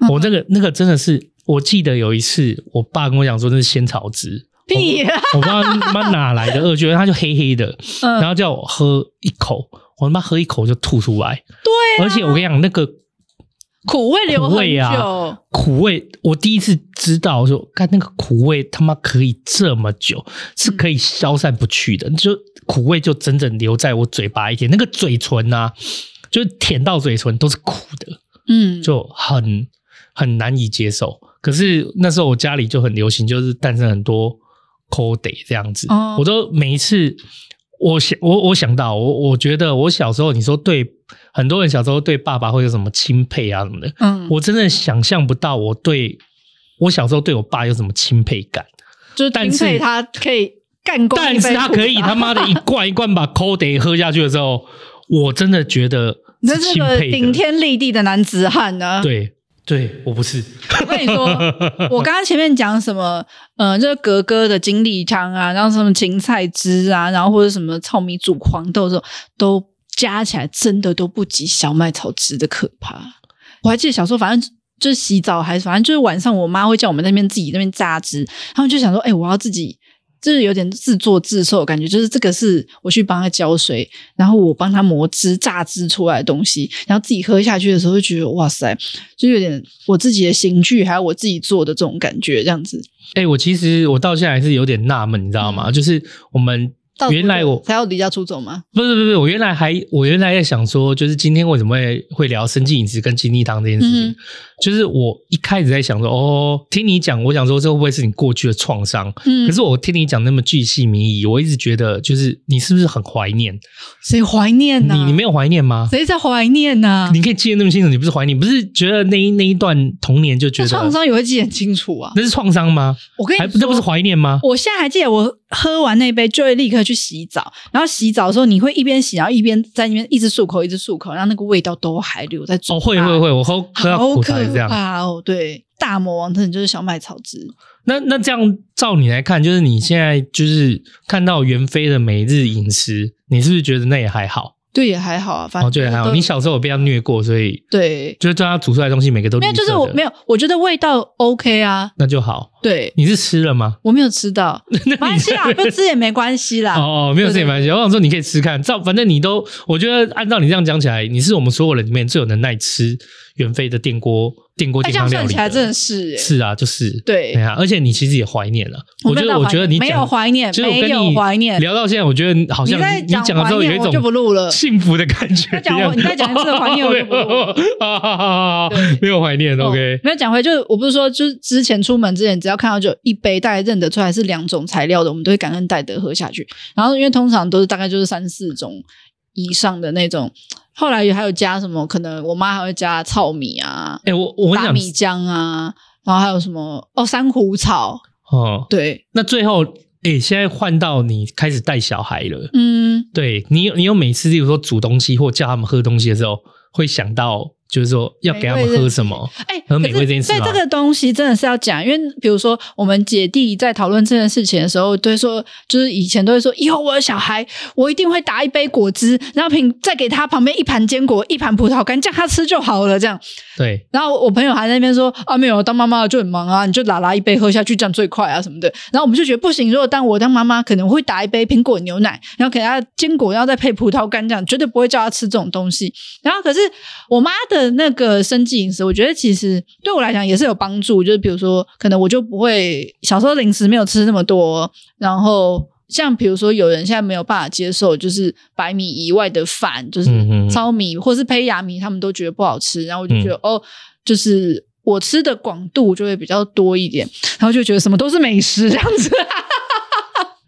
[SPEAKER 3] 嗯
[SPEAKER 2] 我那个那个真的是，我记得有一次我爸跟我讲说那是仙草
[SPEAKER 3] <laughs>
[SPEAKER 2] 汁，
[SPEAKER 3] 屁啦，
[SPEAKER 2] 我不知道他妈哪来的恶觉，它就黑黑的，
[SPEAKER 3] 嗯
[SPEAKER 2] 然后叫我喝一口，我他妈喝一口就吐出来，
[SPEAKER 3] 对啊，
[SPEAKER 2] 而且我跟你讲那个
[SPEAKER 3] 苦味留
[SPEAKER 2] 苦
[SPEAKER 3] 很
[SPEAKER 2] 味
[SPEAKER 3] 久，
[SPEAKER 2] 啊苦味，我第一次知道说，看那个苦味他妈可以这么久，是可以消散不去的，就苦味就整整留在我嘴巴一天，那个嘴唇啊，就是舔到嘴唇都是苦的，
[SPEAKER 3] 嗯，
[SPEAKER 2] 就很很难以接受。可是那时候我家里就很流行，就是诞生很多 c o d 这样子，
[SPEAKER 3] 哦
[SPEAKER 2] 我都每一次。我想，我我想到，我我觉得我小时候，你说对很多人小时候对爸爸会有什么钦佩啊什么的，
[SPEAKER 3] 嗯，
[SPEAKER 2] 我真的想象不到我对我小时候对我爸有什么钦佩感，
[SPEAKER 3] 就是
[SPEAKER 2] 但是
[SPEAKER 3] 钦佩他可以干光一
[SPEAKER 2] 但
[SPEAKER 3] 杯苦茶，
[SPEAKER 2] 是他可以他妈的一罐一罐把 Cody 喝下去的时候，我真的觉得
[SPEAKER 3] 你真
[SPEAKER 2] 是
[SPEAKER 3] 是
[SPEAKER 2] 钦
[SPEAKER 3] 个
[SPEAKER 2] 佩
[SPEAKER 3] 顶
[SPEAKER 2] 的。
[SPEAKER 3] 天立地的男子汉呢、啊。
[SPEAKER 2] 对对，我不是，
[SPEAKER 3] 我跟你说， <laughs> 我刚刚前面讲什么，呃，这个格格的锦鲤汤啊，然后什么芹菜汁啊，然后或者什么糙米煮黄豆这种，都加起来真的都不及小麦草汁的可怕。我还记得小时候，反正。就是洗澡还是反正就是晚上，我妈会叫我们那边自己那边榨汁，他们就想说，哎、我要自己，就是有点自作自受的感觉，就是这个是我去帮她浇水，然后我帮她磨汁榨汁出来的东西，然后自己喝下去的时候就觉得哇塞，就有点我自己的刑具，还有我自己做的这种感觉，这样子。
[SPEAKER 2] 哎、我其实我到现在还是有点纳闷，你知道
[SPEAKER 3] 嗯
[SPEAKER 2] 吗？就是我们
[SPEAKER 3] 到底
[SPEAKER 2] 原来我
[SPEAKER 3] 才要离家出走吗？
[SPEAKER 2] 不是不是不是，我原来还我原来在想说，就是今天为什么会会聊生计饮食跟精力汤这件事情，
[SPEAKER 3] 嗯
[SPEAKER 2] 就是我一开始在想说，哦，听你讲，我想说这会不会是你过去的创伤？
[SPEAKER 3] 嗯
[SPEAKER 2] 可是我听你讲那么巨细靡遗，我一直觉得就是你是不是很怀念？
[SPEAKER 3] 谁怀念呢、
[SPEAKER 2] 你你没有怀念吗？
[SPEAKER 3] 谁在怀念呢、
[SPEAKER 2] 你可以记得那么清楚，你不是怀念，你不是觉得那一那一段童年就觉
[SPEAKER 3] 那
[SPEAKER 2] 得
[SPEAKER 3] 创伤也会记得很清楚啊。
[SPEAKER 2] 那是创伤吗？
[SPEAKER 3] 我跟
[SPEAKER 2] 还
[SPEAKER 3] 你
[SPEAKER 2] 那不是
[SPEAKER 3] 说，
[SPEAKER 2] 怀念吗？
[SPEAKER 3] 我现在还记得，我喝完那杯就会立刻去洗澡，然后洗澡的时候你会一边洗，然后一边在那边一直漱口，一直漱口，然后那个味道都还留在嘴
[SPEAKER 2] 哦，
[SPEAKER 3] 巴。
[SPEAKER 2] 会会，会，我喝喝到
[SPEAKER 3] 好
[SPEAKER 2] 苦
[SPEAKER 3] 可
[SPEAKER 2] 才这样。
[SPEAKER 3] 怕哦！对，大魔王真的就是小麦草汁。
[SPEAKER 2] 那那这样照你来看，就是你现在就是看到袁飞的每日饮食，你是不是觉得那也还好？
[SPEAKER 3] 对，也还好啊，反
[SPEAKER 2] 哦，
[SPEAKER 3] 正
[SPEAKER 2] 对，还好。
[SPEAKER 3] 都
[SPEAKER 2] 你小时候有被他虐过，所以
[SPEAKER 3] 对，
[SPEAKER 2] 就是叫他煮出来的东西每个都
[SPEAKER 3] 没有，
[SPEAKER 2] 绿
[SPEAKER 3] 就是
[SPEAKER 2] 色
[SPEAKER 3] 我
[SPEAKER 2] 的
[SPEAKER 3] 没有，我觉得味道 OK 啊，
[SPEAKER 2] 那就好。
[SPEAKER 3] 对
[SPEAKER 2] 你是吃了吗？
[SPEAKER 3] 我没有吃到，没关系啦，不吃也没关系啦。
[SPEAKER 2] 哦，没有这也关系。我想说，你可以吃看，照反正你都，我觉得按照你这样讲起来，你是我们所有人里面最有能耐吃袁飞的电锅电锅
[SPEAKER 3] 哎，
[SPEAKER 2] 健
[SPEAKER 3] 这
[SPEAKER 2] 康
[SPEAKER 3] 样
[SPEAKER 2] 料
[SPEAKER 3] 算
[SPEAKER 2] 理
[SPEAKER 3] 起来真的
[SPEAKER 2] 是
[SPEAKER 3] 是耶，
[SPEAKER 2] 是啊，就是
[SPEAKER 3] 对
[SPEAKER 2] 啊，而且你其实也怀念了。
[SPEAKER 3] 我
[SPEAKER 2] 我
[SPEAKER 3] 没
[SPEAKER 2] 觉
[SPEAKER 3] 有
[SPEAKER 2] 得，
[SPEAKER 3] 到
[SPEAKER 2] 我
[SPEAKER 3] 怀
[SPEAKER 2] 觉得
[SPEAKER 3] 念
[SPEAKER 2] 你
[SPEAKER 3] 没有
[SPEAKER 2] 讲
[SPEAKER 3] 怀念
[SPEAKER 2] 就是我
[SPEAKER 3] 没
[SPEAKER 2] 跟
[SPEAKER 3] 有
[SPEAKER 2] 你
[SPEAKER 3] 怀念
[SPEAKER 2] 聊到现在，我觉得好像
[SPEAKER 3] 你在
[SPEAKER 2] 你讲的时候有
[SPEAKER 3] 怀念
[SPEAKER 2] 一
[SPEAKER 3] 我就不
[SPEAKER 2] 种
[SPEAKER 3] 录了。
[SPEAKER 2] 幸福的感觉
[SPEAKER 3] 他
[SPEAKER 2] 一
[SPEAKER 3] 讲
[SPEAKER 2] 样。
[SPEAKER 3] 我你再讲一次怀念我就不
[SPEAKER 2] <laughs>
[SPEAKER 3] 录了
[SPEAKER 2] 啊哈哈哈哈
[SPEAKER 3] 对
[SPEAKER 2] 没有怀念
[SPEAKER 3] 哦
[SPEAKER 2] ，OK。
[SPEAKER 3] 没有讲回，就是我不是说，就是之前出门之前，只要看到就有一杯，大概认得出来是两种材料的，我们都会感恩戴德喝下去。然后因为通常都是大概就是三四种以上的那种，后来也还有加什么，可能我妈还会加糙米啊、
[SPEAKER 2] 哎，我我跟
[SPEAKER 3] 大米
[SPEAKER 2] 你讲，
[SPEAKER 3] 浆啊，然后还有什么哦珊瑚草，
[SPEAKER 2] 哦，
[SPEAKER 3] 对，
[SPEAKER 2] 那最后，哎，现在换到你开始带小孩了，
[SPEAKER 3] 嗯，
[SPEAKER 2] 对你有你有每次，例如说煮东西或叫他们喝东西的时候，会想到就是说要给他们喝什么？
[SPEAKER 3] 哎，
[SPEAKER 2] 很
[SPEAKER 3] 可
[SPEAKER 2] 美味这件事
[SPEAKER 3] 是
[SPEAKER 2] 吗
[SPEAKER 3] 对这个东西真的是要讲，因为比如说我们姐弟在讨论这件事情的时候，都会说，就是以前都会说，以后我有小孩，我一定会打一杯果汁，然后品再给他旁边一盘坚果、一盘葡萄干，这样他吃就好了。这样，
[SPEAKER 2] 对，
[SPEAKER 3] 然后我朋友还在那边说啊，没有，当妈妈的就很忙啊，你就拉拉一杯喝下去，这样最快啊什么的。然后我们就觉得不行，如果当我当妈妈，可能会打一杯苹果牛奶，然后给他坚果，然后再配葡萄干，这样绝对不会叫他吃这种东西。然后可是我妈的那个生计饮食，我觉得其实对我来讲也是有帮助，就是比如说，可能我就不会小时候零食没有吃那么多，然后。像比如说，有人现在没有办法接受，就是白米以外的饭，就
[SPEAKER 2] 嗯
[SPEAKER 3] 是
[SPEAKER 2] 嗯嗯
[SPEAKER 3] 糙米或是胚芽米，他们都觉得不好吃。然后我就
[SPEAKER 2] 嗯
[SPEAKER 3] 觉得，哦，就是我吃的广度就会比较多一点，然后就觉得什么都是美食 <laughs> 这样子。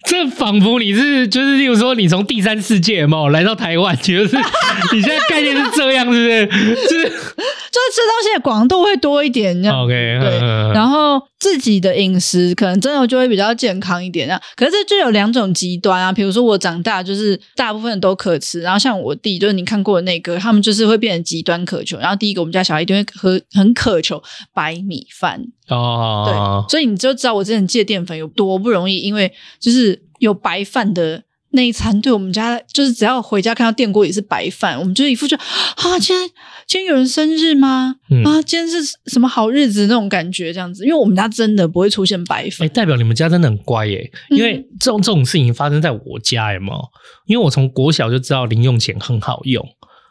[SPEAKER 2] 这仿佛你是就是，例如说你从第三世界嘛来到台湾，就是 <laughs> 你现在概念是这样，是不是？就是
[SPEAKER 3] 就是吃东西的广度会多一点，这样
[SPEAKER 2] OK，
[SPEAKER 3] <laughs> 对
[SPEAKER 2] 嗯嗯嗯
[SPEAKER 3] 然后自己的饮食可能真的就会比较健康一点啊。可是就有两种极端啊，比如说我长大就是大部分都可吃，然后像我弟就是你看过的那个，他们就是会变成极端渴求。然后第一个我们家小孩一定会喝很渴求白米饭，对，
[SPEAKER 2] 哦，
[SPEAKER 3] 所以你就知道我之前戒淀粉有多不容易，因为就是有白饭的那一餐对我们家就是只要回家看到电锅也是白饭，我们就一副就啊，今天今天有人生日吗？
[SPEAKER 2] 嗯
[SPEAKER 3] 啊，今天是什么好日子那种感觉这样子，因为我们家真的不会出现白
[SPEAKER 2] 哎、
[SPEAKER 3] 饭，
[SPEAKER 2] 代表你们家真的很乖耶、因为
[SPEAKER 3] 嗯
[SPEAKER 2] 这种这种事情发生在我家，有没有？因为我从国小就知道零用钱很好用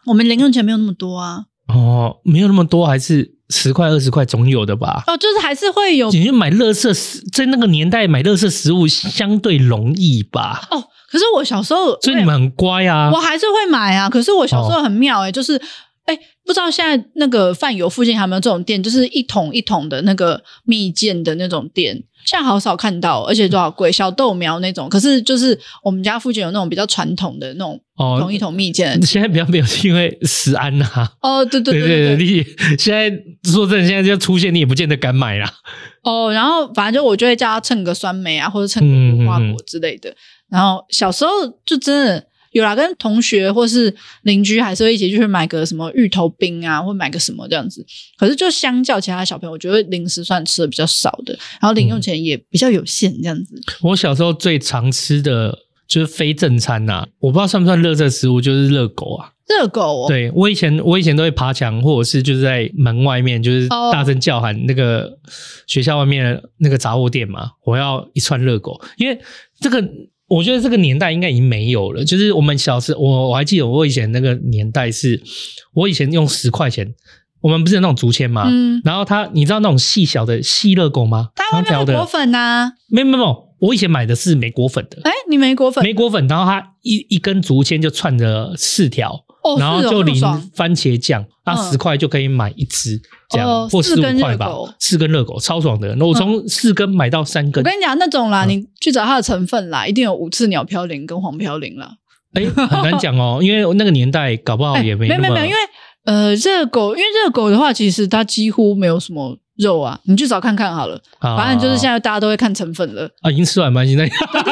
[SPEAKER 3] 我们零用钱没有那么多啊，
[SPEAKER 2] 哦，没有那么多，还是十块二十块总有的吧。
[SPEAKER 3] 哦，就是还是会有
[SPEAKER 2] 你就买乐色，在那个年代买乐色食物相对容易吧，
[SPEAKER 3] 哦，可是我小时候，
[SPEAKER 2] 所以你们很乖啊
[SPEAKER 3] 我。还是会买啊。可是我小时候很妙哎、就是哎、不知道现在那个饭友附近还有没有这种店，就是一桶一桶的那个蜜饯的那种店。现在好少看到，而且都好贵，小豆苗那种。可是就是我们家附近有那种比较传统的那种
[SPEAKER 2] 哦
[SPEAKER 3] 同一桶蜜饯。
[SPEAKER 2] 现在比较没有，因为食安呐、啊。
[SPEAKER 3] 哦，对对对
[SPEAKER 2] 对
[SPEAKER 3] 对对。
[SPEAKER 2] 你现在说真的，现在就出现，你也不见得敢买啦。
[SPEAKER 3] 哦，然后反正就我就会叫他称个酸梅啊，或者称
[SPEAKER 2] 嗯
[SPEAKER 3] 个无花果之类的。然后小时候就真的有啦，跟同学或是邻居还是会一起去买个什么芋头冰啊，或买个什么这样子。可是就相较其他小朋友，我觉得零食算吃的比较少的，然后零
[SPEAKER 2] 嗯
[SPEAKER 3] 用钱也比较有限这样子。
[SPEAKER 2] 我小时候最常吃的就是非正餐呐、我不知道算不算热色食物，就是热狗啊。
[SPEAKER 3] 热狗、哦，
[SPEAKER 2] 对我以前，我以前都会爬墙，或者是就是在门外面，就是
[SPEAKER 3] 哦
[SPEAKER 2] 大声叫喊那个学校外面的那个杂货店嘛，我要一串热狗，因为这个。我觉得这个年代应该已经没有了，就是我们小时我我还记得我以前那个年代是，我以前用十块钱，我们不是有那种竹签嘛，
[SPEAKER 3] 嗯，
[SPEAKER 2] 然后它，你知道那种细小的细热狗吗？
[SPEAKER 3] 台
[SPEAKER 2] 长
[SPEAKER 3] 湾
[SPEAKER 2] 条
[SPEAKER 3] 那个果
[SPEAKER 2] 的，
[SPEAKER 3] 粉呐、
[SPEAKER 2] 没有没有没有，我以前买的是美果粉的，
[SPEAKER 3] 哎，你没果粉
[SPEAKER 2] 美果粉，然后它一一根竹签就串着四条，
[SPEAKER 3] 哦，
[SPEAKER 2] 然后
[SPEAKER 3] 是哦
[SPEAKER 2] 就
[SPEAKER 3] 这么
[SPEAKER 2] 淋
[SPEAKER 3] 爽
[SPEAKER 2] 番茄酱，那
[SPEAKER 3] 嗯
[SPEAKER 2] 十块就可以买一只，这样、
[SPEAKER 3] 哦
[SPEAKER 2] 或
[SPEAKER 3] 四
[SPEAKER 2] 十
[SPEAKER 3] 根
[SPEAKER 2] 五
[SPEAKER 3] 热
[SPEAKER 2] 块吧
[SPEAKER 3] 狗，嗯
[SPEAKER 2] 四根热狗超爽的。那我从四根买到三
[SPEAKER 3] 我
[SPEAKER 2] 根，
[SPEAKER 3] 跟你讲，那种
[SPEAKER 2] 嗯
[SPEAKER 3] 啦，你去找它的成分啦，一定有五次鸟嘌呤跟黄嘌呤啦。
[SPEAKER 2] 哎、很难讲哦，因为那个年代搞不好
[SPEAKER 3] 哎
[SPEAKER 2] 哦也
[SPEAKER 3] 没
[SPEAKER 2] 那
[SPEAKER 3] <laughs> 没
[SPEAKER 2] 么，
[SPEAKER 3] 没有，因为呃，热狗，因为热狗的话，其实它几乎没有什么肉啊，你去找看看好了。
[SPEAKER 2] 啊
[SPEAKER 3] 反正就是现在大家都会看成分了。
[SPEAKER 2] 啊，已经吃完蛮现在。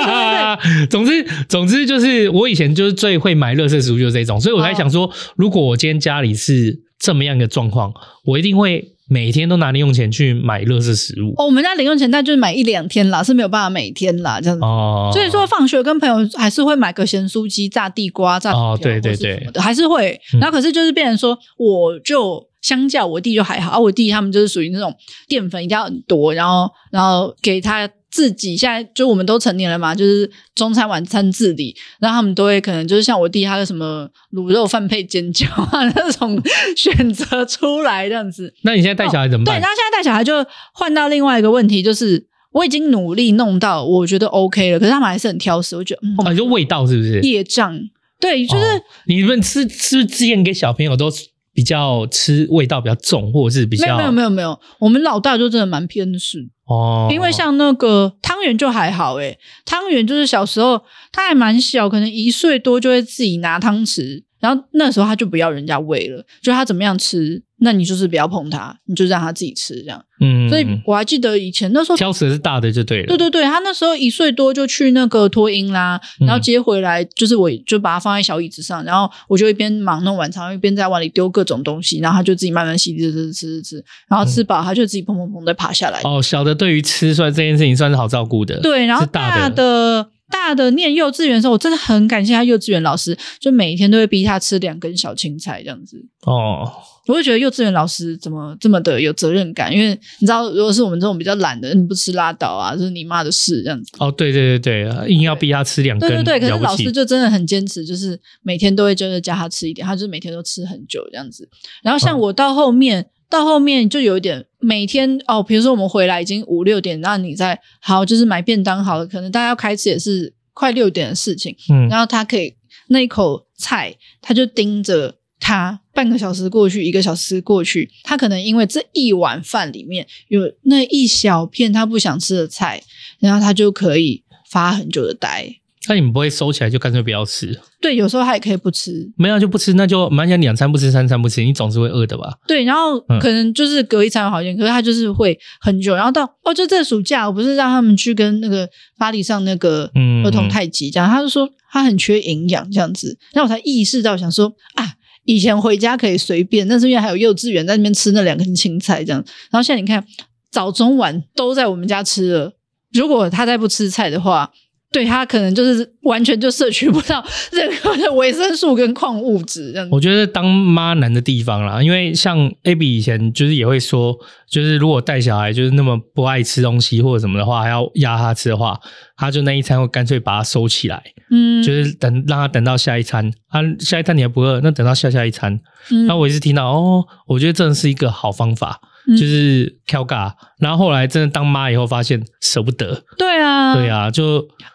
[SPEAKER 2] <laughs> 总之，总之就是我以前就是最会买乐色食物就是这种，所以我
[SPEAKER 3] 嗯
[SPEAKER 2] 才想说，如果我今天家里是这么样一个状况，我一定会每天都拿零用钱去买乐色食物。
[SPEAKER 3] 哦，我们家零用钱袋就是买一两天啦，是没有办法每天啦这样子。
[SPEAKER 2] 哦，
[SPEAKER 3] 所以说，放学跟朋友还是会买个咸酥鸡、炸地瓜、炸
[SPEAKER 2] 哦
[SPEAKER 3] 薯条
[SPEAKER 2] 对对
[SPEAKER 3] 或是
[SPEAKER 2] 对
[SPEAKER 3] 什么的还是会
[SPEAKER 2] 嗯。
[SPEAKER 3] 然后可是就是变成说，我就相较我弟就还好，啊，我弟他们就是属于那种淀粉一定要很多，然后然后给他自己现在就我们都成年了嘛，就是中餐晚餐自理，然后他们都会可能就是像我弟他的什么卤肉饭配煎饺啊 <laughs> 那种选择出来这样子。
[SPEAKER 2] 那你现在带小孩怎么
[SPEAKER 3] 哦对，
[SPEAKER 2] 办？
[SPEAKER 3] 然后现在带小孩就换到另外一个问题，就是我已经努力弄到我觉得 OK 了，可是他们还是很挑食，我觉得嗯，
[SPEAKER 2] 啊，就味道是不是？
[SPEAKER 3] 业障。对，就是、
[SPEAKER 2] 哦你们吃吃之前给小朋友都比较吃味道比较重，或者是比
[SPEAKER 3] 没
[SPEAKER 2] 较
[SPEAKER 3] 有没有没有没有，我们老大就真的蛮偏食，
[SPEAKER 2] 哦，
[SPEAKER 3] 因为像那个汤圆就还好诶、汤圆就是小时候他还蛮小，可能一岁多就会自己拿汤匙，然后那时候他就不要人家喂了，就他怎么样吃，那你就是不要碰他，你就让他自己吃这样。
[SPEAKER 2] 嗯，
[SPEAKER 3] 所以我还记得以前那时候
[SPEAKER 2] 挑食是大的就对了。
[SPEAKER 3] 对对对，他那时候一岁多就去那个托婴啦，然后
[SPEAKER 2] 嗯
[SPEAKER 3] 接回来就是我就把他放在小椅子上，然后我就一边忙弄晚餐，一边在碗里丢各种东西，然后他就自己慢慢吸吃吃吃吃吃，然后吃饱、他就自己砰砰砰的爬下来。
[SPEAKER 2] 哦，小的对于吃算这件事情算是好照顾的。
[SPEAKER 3] 对，然后
[SPEAKER 2] 是大
[SPEAKER 3] 大的大的念幼稚园的时候，我真的很感谢他幼稚园老师，就每天都会逼他吃两根小青菜这样子。
[SPEAKER 2] 哦，
[SPEAKER 3] 我会觉得幼稚园老师怎么这么的有责任感？因为你知道，如果是我们这种比较懒的，你不吃拉倒啊，这是你妈的事这样子。
[SPEAKER 2] 哦，对对对对，硬要逼他吃两根，
[SPEAKER 3] 对对对，可
[SPEAKER 2] 了
[SPEAKER 3] 是
[SPEAKER 2] 不
[SPEAKER 3] 老
[SPEAKER 2] 起
[SPEAKER 3] 师就真的很坚持，就是每天都会就是叫他吃一点，他就是每天都吃很久这样子。然后像
[SPEAKER 2] 嗯
[SPEAKER 3] 我到后面，到后面就有一点每天哦，比如说我们回来已经五六点，那你再好就是买便当好了，可能大家要开始也是快六点的事情，
[SPEAKER 2] 嗯
[SPEAKER 3] 然后他可以那一口菜，他就盯着。他半个小时过去，一个小时过去，他可能因为这一碗饭里面有那一小片他不想吃的菜，然后他就可以发很久的呆。
[SPEAKER 2] 那你们不会收起来就干脆不要吃？
[SPEAKER 3] 对，有时候他也可以不吃。
[SPEAKER 2] 没有就不吃，那就蛮想两餐不吃，三餐不吃，你总是会饿的吧？
[SPEAKER 3] 对，然后
[SPEAKER 2] 嗯
[SPEAKER 3] 可能就是隔一餐好一点，可是他就是会很久。然后到哦，就这暑假，我不是让他们去跟那个巴黎上那个
[SPEAKER 2] 嗯
[SPEAKER 3] 儿童
[SPEAKER 2] 嗯
[SPEAKER 3] 太极这样，他就说他很缺营养这样子。然后我才意识到，想说啊，以前回家可以随便，但是因为还有幼稚园在那边吃那两根青菜这样。然后现在你看，早中晚都在我们家吃了。如果他再不吃菜的话，对他可能就是完全就摄取不到 <laughs> 任何的维生素跟矿物质这样子。
[SPEAKER 2] 我觉得当妈难的地方啦，因为像 Abby 以前就是也会说，就是如果带小孩就是那么不爱吃东西或者什么的话，还要压他吃的话，他就那一餐会干脆把它收起来，
[SPEAKER 3] 嗯，
[SPEAKER 2] 就是等让他等到下一餐，啊，下一餐你还不饿，那等到下下一餐。
[SPEAKER 3] 嗯
[SPEAKER 2] 那我也是听到哦，我觉得真的是一个好方法，
[SPEAKER 3] 嗯
[SPEAKER 2] 就是挑嘎。然后后来真的当妈以后，发现舍不得，
[SPEAKER 3] 对啊，
[SPEAKER 2] 对啊，就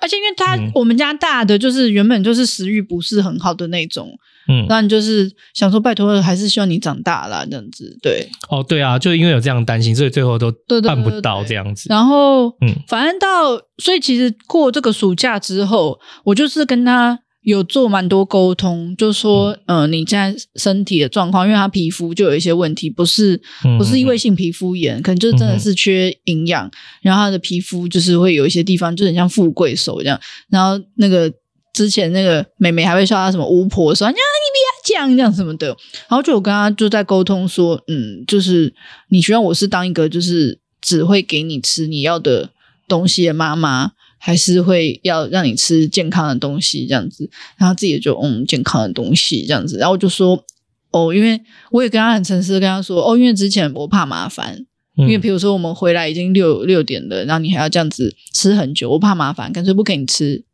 [SPEAKER 3] 而且因为他、
[SPEAKER 2] 嗯
[SPEAKER 3] 我们家大的就是原本就是食欲不是很好的那种，
[SPEAKER 2] 嗯，
[SPEAKER 3] 那你就是想说拜托，还是希望你长大啦这样子。对，
[SPEAKER 2] 哦，对啊，就因为有这样的担心，所以最后都
[SPEAKER 3] 对对
[SPEAKER 2] 办
[SPEAKER 3] 对
[SPEAKER 2] 不
[SPEAKER 3] 对
[SPEAKER 2] 到
[SPEAKER 3] 对
[SPEAKER 2] 这样子。
[SPEAKER 3] 然后，
[SPEAKER 2] 嗯
[SPEAKER 3] 反正到，所以其实过这个暑假之后，我就是跟他有做蛮多沟通，就说，嗯、呃，你现在身体的状况，因为他皮肤就有一些问题，不是
[SPEAKER 2] 嗯
[SPEAKER 3] 不是异位性皮肤炎，可能就是真
[SPEAKER 2] 嗯
[SPEAKER 3] 的
[SPEAKER 2] 嗯
[SPEAKER 3] 是缺营养，然后他的皮肤就是会有一些地方就很像富贵手这样，然后那个。之前那个妹妹还会笑她什么巫婆说啊，你不要讲这样什么的，然后就我跟他就在沟通说，嗯，就是你希望我是当一个就是只会给你吃你要的东西的妈妈，还是会要让你吃健康的东西这样子？然后自己也就嗯健康的东西这样子，然后我就说哦，因为我也跟他很诚实的跟他说哦，因为之前我怕麻烦，
[SPEAKER 2] 因
[SPEAKER 3] 因为比如说我们回来已经六六点了，然后你还要这样子吃很久，我怕麻烦，干脆不给你吃。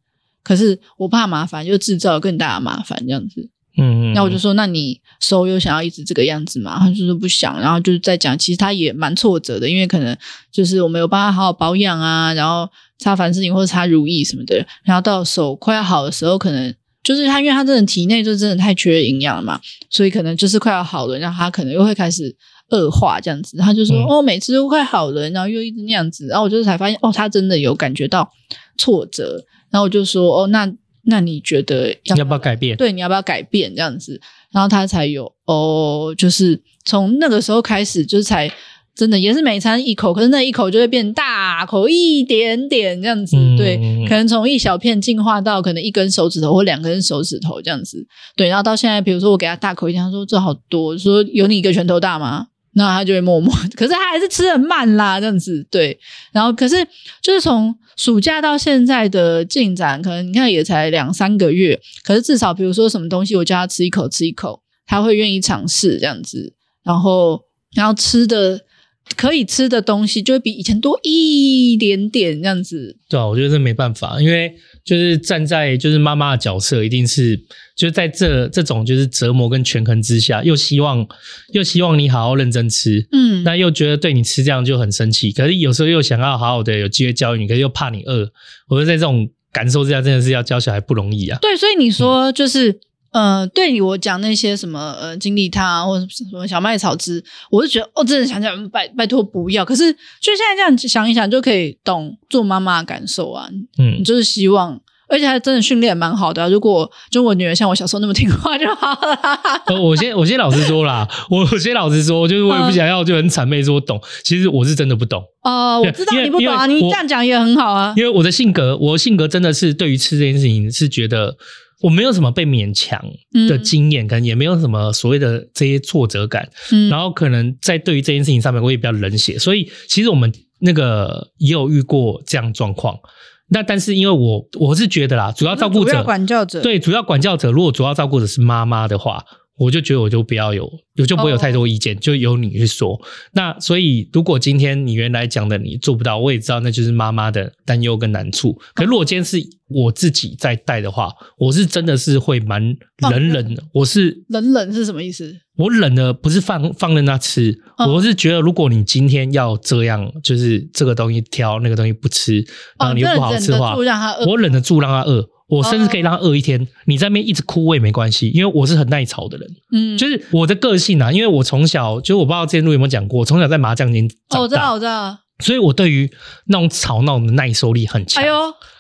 [SPEAKER 3] 可是我怕麻烦，就制造更大的麻烦这样子。
[SPEAKER 2] 嗯，嗯
[SPEAKER 3] 那我就说，那你手有想要一直这个样子吗？他就说不想，然后就是在讲，其实他也蛮挫折的，因为可能就是我没有帮他好好保养啊，然后擦凡士林或者擦如意什么的，然后到手快要好的时候，可能就是他，因为他真的体内就真的太缺营养了嘛，所以可能就是快要好了，然后他可能又会开始恶化这样子。他就说、
[SPEAKER 2] 嗯
[SPEAKER 3] 哦，每次都快好了，然后又一直那样子，然后我就才发现哦，他真的有感觉到挫折，然后我就说哦，那那你觉得要
[SPEAKER 2] 要不要改变？
[SPEAKER 3] 对，你要不要改变这样子？然后他才有哦，就是从那个时候开始，就是才真的也是每餐一口，可是那一口就会变大口一点点这样子，
[SPEAKER 2] 嗯
[SPEAKER 3] 对
[SPEAKER 2] 嗯嗯，
[SPEAKER 3] 可能从一小片进化到可能一根手指头或两根手指头这样子，对，然后到现在，比如说我给他大口一点，他说这好多，我说有你一个拳头大吗？那他就会默默，可是他还是吃很慢啦，这样子对。然后可是就是从暑假到现在的进展，可能你看也才两三个月，可是至少比如说什么东西，我叫他吃一口吃一口，他会愿意尝试这样子。然后然后吃的可以吃的东西就会比以前多一点点这样子。
[SPEAKER 2] 对啊，我觉得这没办法，因为就是站在就是妈妈的角色，一定是就是在这这种就是折磨跟权衡之下，又希望又希望你好好认真吃，
[SPEAKER 3] 嗯，
[SPEAKER 2] 那又觉得对你吃这样就很生气，可是有时候又想要好好的有机会教育你，可是又怕你饿。我觉得在这种感受之下，真的是要教小孩不容易啊。
[SPEAKER 3] 对，所以你说就是、呃，对你我讲那些什么呃金利他啊或者什么小麦草汁，我是觉得哦，真的想想嗯拜拜托不要。可是就现在这样想一想，就可以懂做妈妈的感受啊。
[SPEAKER 2] 嗯
[SPEAKER 3] 你，就是希望，而且她真的训练蛮好的啊、如果就我女儿像我小时候那么听话就好了。
[SPEAKER 2] 呃我先我先老实说啦， <laughs> 我我先老实说，就是我也不想要就很谄媚说我懂，其实我是真的不懂。
[SPEAKER 3] 哦、我知道
[SPEAKER 2] 因为
[SPEAKER 3] 你不懂啊，
[SPEAKER 2] 因为
[SPEAKER 3] 你
[SPEAKER 2] 我
[SPEAKER 3] 这样讲也很好啊。
[SPEAKER 2] 因为我的性格，我的性格真的是对于吃这件事情是觉得我没有什么被勉强
[SPEAKER 3] 嗯
[SPEAKER 2] 的经验，可能也没有什么所谓的这些挫折感，
[SPEAKER 3] 嗯
[SPEAKER 2] 然后可能在对于这件事情上面我也比较冷血，所以其实我们那个也有遇过这样状况。那但是因为我我是觉得啦，主要照顾
[SPEAKER 3] 主
[SPEAKER 2] 者
[SPEAKER 3] 要管教者
[SPEAKER 2] 对主要管教者，如果主要照顾者是妈妈的话，我就觉得我就不要有，我就不会有太
[SPEAKER 3] 哦
[SPEAKER 2] 多意见，就由你去说。那所以，如果今天你原来讲的你做不到，我也知道那就是妈妈的担忧跟难处。可如果今天是我自己在带的话，我是真的是会蛮冷冷的，我是
[SPEAKER 3] 冷冷是什么意思？
[SPEAKER 2] 我冷的不是放放任他吃，
[SPEAKER 3] 嗯
[SPEAKER 2] 我是觉得如果你今天要这样，就是这个东西挑，那个东西不吃，然
[SPEAKER 3] 哦，
[SPEAKER 2] 后
[SPEAKER 3] 你
[SPEAKER 2] 啊又
[SPEAKER 3] 真
[SPEAKER 2] 不
[SPEAKER 3] 的
[SPEAKER 2] 好
[SPEAKER 3] 忍
[SPEAKER 2] 吃的
[SPEAKER 3] 得
[SPEAKER 2] 话，
[SPEAKER 3] 住让她饿，
[SPEAKER 2] 我忍得住让他饿，我甚
[SPEAKER 3] 嗯
[SPEAKER 2] 至可以让他饿一天。你在那边一直哭我也没关系，因为我是很耐吵的人，
[SPEAKER 3] 嗯，
[SPEAKER 2] 就是我的个性啊。因为我从小就我不知道之前路有没有讲过，我从小在麻将间
[SPEAKER 3] 哦，
[SPEAKER 2] 长
[SPEAKER 3] 我知
[SPEAKER 2] 大，
[SPEAKER 3] 道，我知道。
[SPEAKER 2] 所以我对于那种吵闹的耐受力很强。
[SPEAKER 3] 哎呦，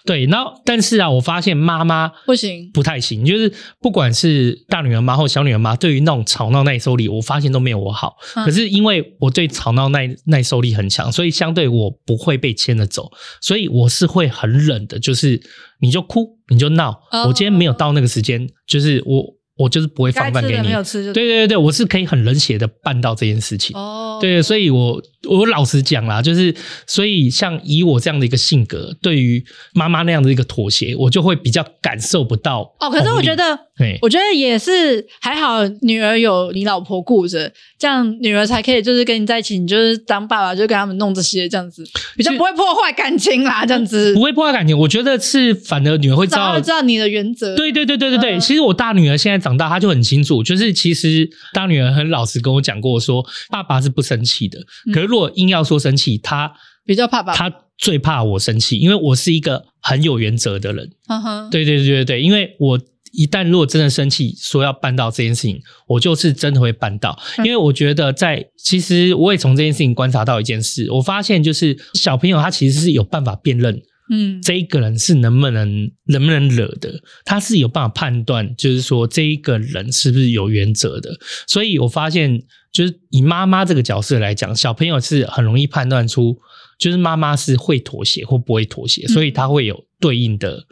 [SPEAKER 2] 对，然后但是啊，我发现妈妈
[SPEAKER 3] 不行，
[SPEAKER 2] 不太行，就是不管是大女儿妈或小女儿妈，对于那种吵闹耐受力，我发现都没有我好。
[SPEAKER 3] 嗯
[SPEAKER 2] 可是因为我对吵闹耐耐受力很强，所以相对我不会被牵着走，所以我是会很冷的，就是你就哭你就闹，
[SPEAKER 3] 哦
[SPEAKER 2] 我今天没有到那个时间，就是我我就是不会
[SPEAKER 3] 该
[SPEAKER 2] 放饭
[SPEAKER 3] 吃
[SPEAKER 2] 给
[SPEAKER 3] 的
[SPEAKER 2] 你
[SPEAKER 3] 没。有吃就
[SPEAKER 2] 对对对，我是可以很冷血的办到这件事情。
[SPEAKER 3] 哦，哦
[SPEAKER 2] 对，所以我我老实讲啦，就是所以像以我这样的一个性格，对于妈妈那样的一个妥协，我就会比较感受不到
[SPEAKER 3] 哦，可是我觉得，
[SPEAKER 2] 红利，对
[SPEAKER 3] 我觉得也是还好，女儿有你老婆顾着，这样女儿才可以就是跟你在一起，你就是当爸爸就跟他们弄这些这样子，比较不会破坏感情啦，这样子
[SPEAKER 2] 不，会破坏感情。我觉得是反而女儿会知
[SPEAKER 3] 早
[SPEAKER 2] 道
[SPEAKER 3] 就知道啊你的原则。
[SPEAKER 2] 对对对对对对，
[SPEAKER 3] 嗯
[SPEAKER 2] 其实我大女儿现在长大，她就很清楚，就是其实大女儿很老实跟我讲过说，爸爸是不生气的。
[SPEAKER 3] 嗯
[SPEAKER 2] 可是如果硬要说生气，她
[SPEAKER 3] 比较怕爸爸。
[SPEAKER 2] 她最怕我生气，因为我是一个很有原则的人。
[SPEAKER 3] 哼哼，
[SPEAKER 2] 对对对对对，因为我一旦如果真的生气，说要办到这件事情，我就是真的会办到。因为我觉得在其实我也从这件事情观察到一件事，我发现就是小朋友他其实是有办法辨认
[SPEAKER 3] 嗯，
[SPEAKER 2] 这一个人是能不能能不能惹的，他是有办法判断，就是说这一个人是不是有原则的。所以我发现，就是以妈妈这个角色来讲，小朋友是很容易判断出，就是妈妈是会妥协或不会妥协，所以他会有对应的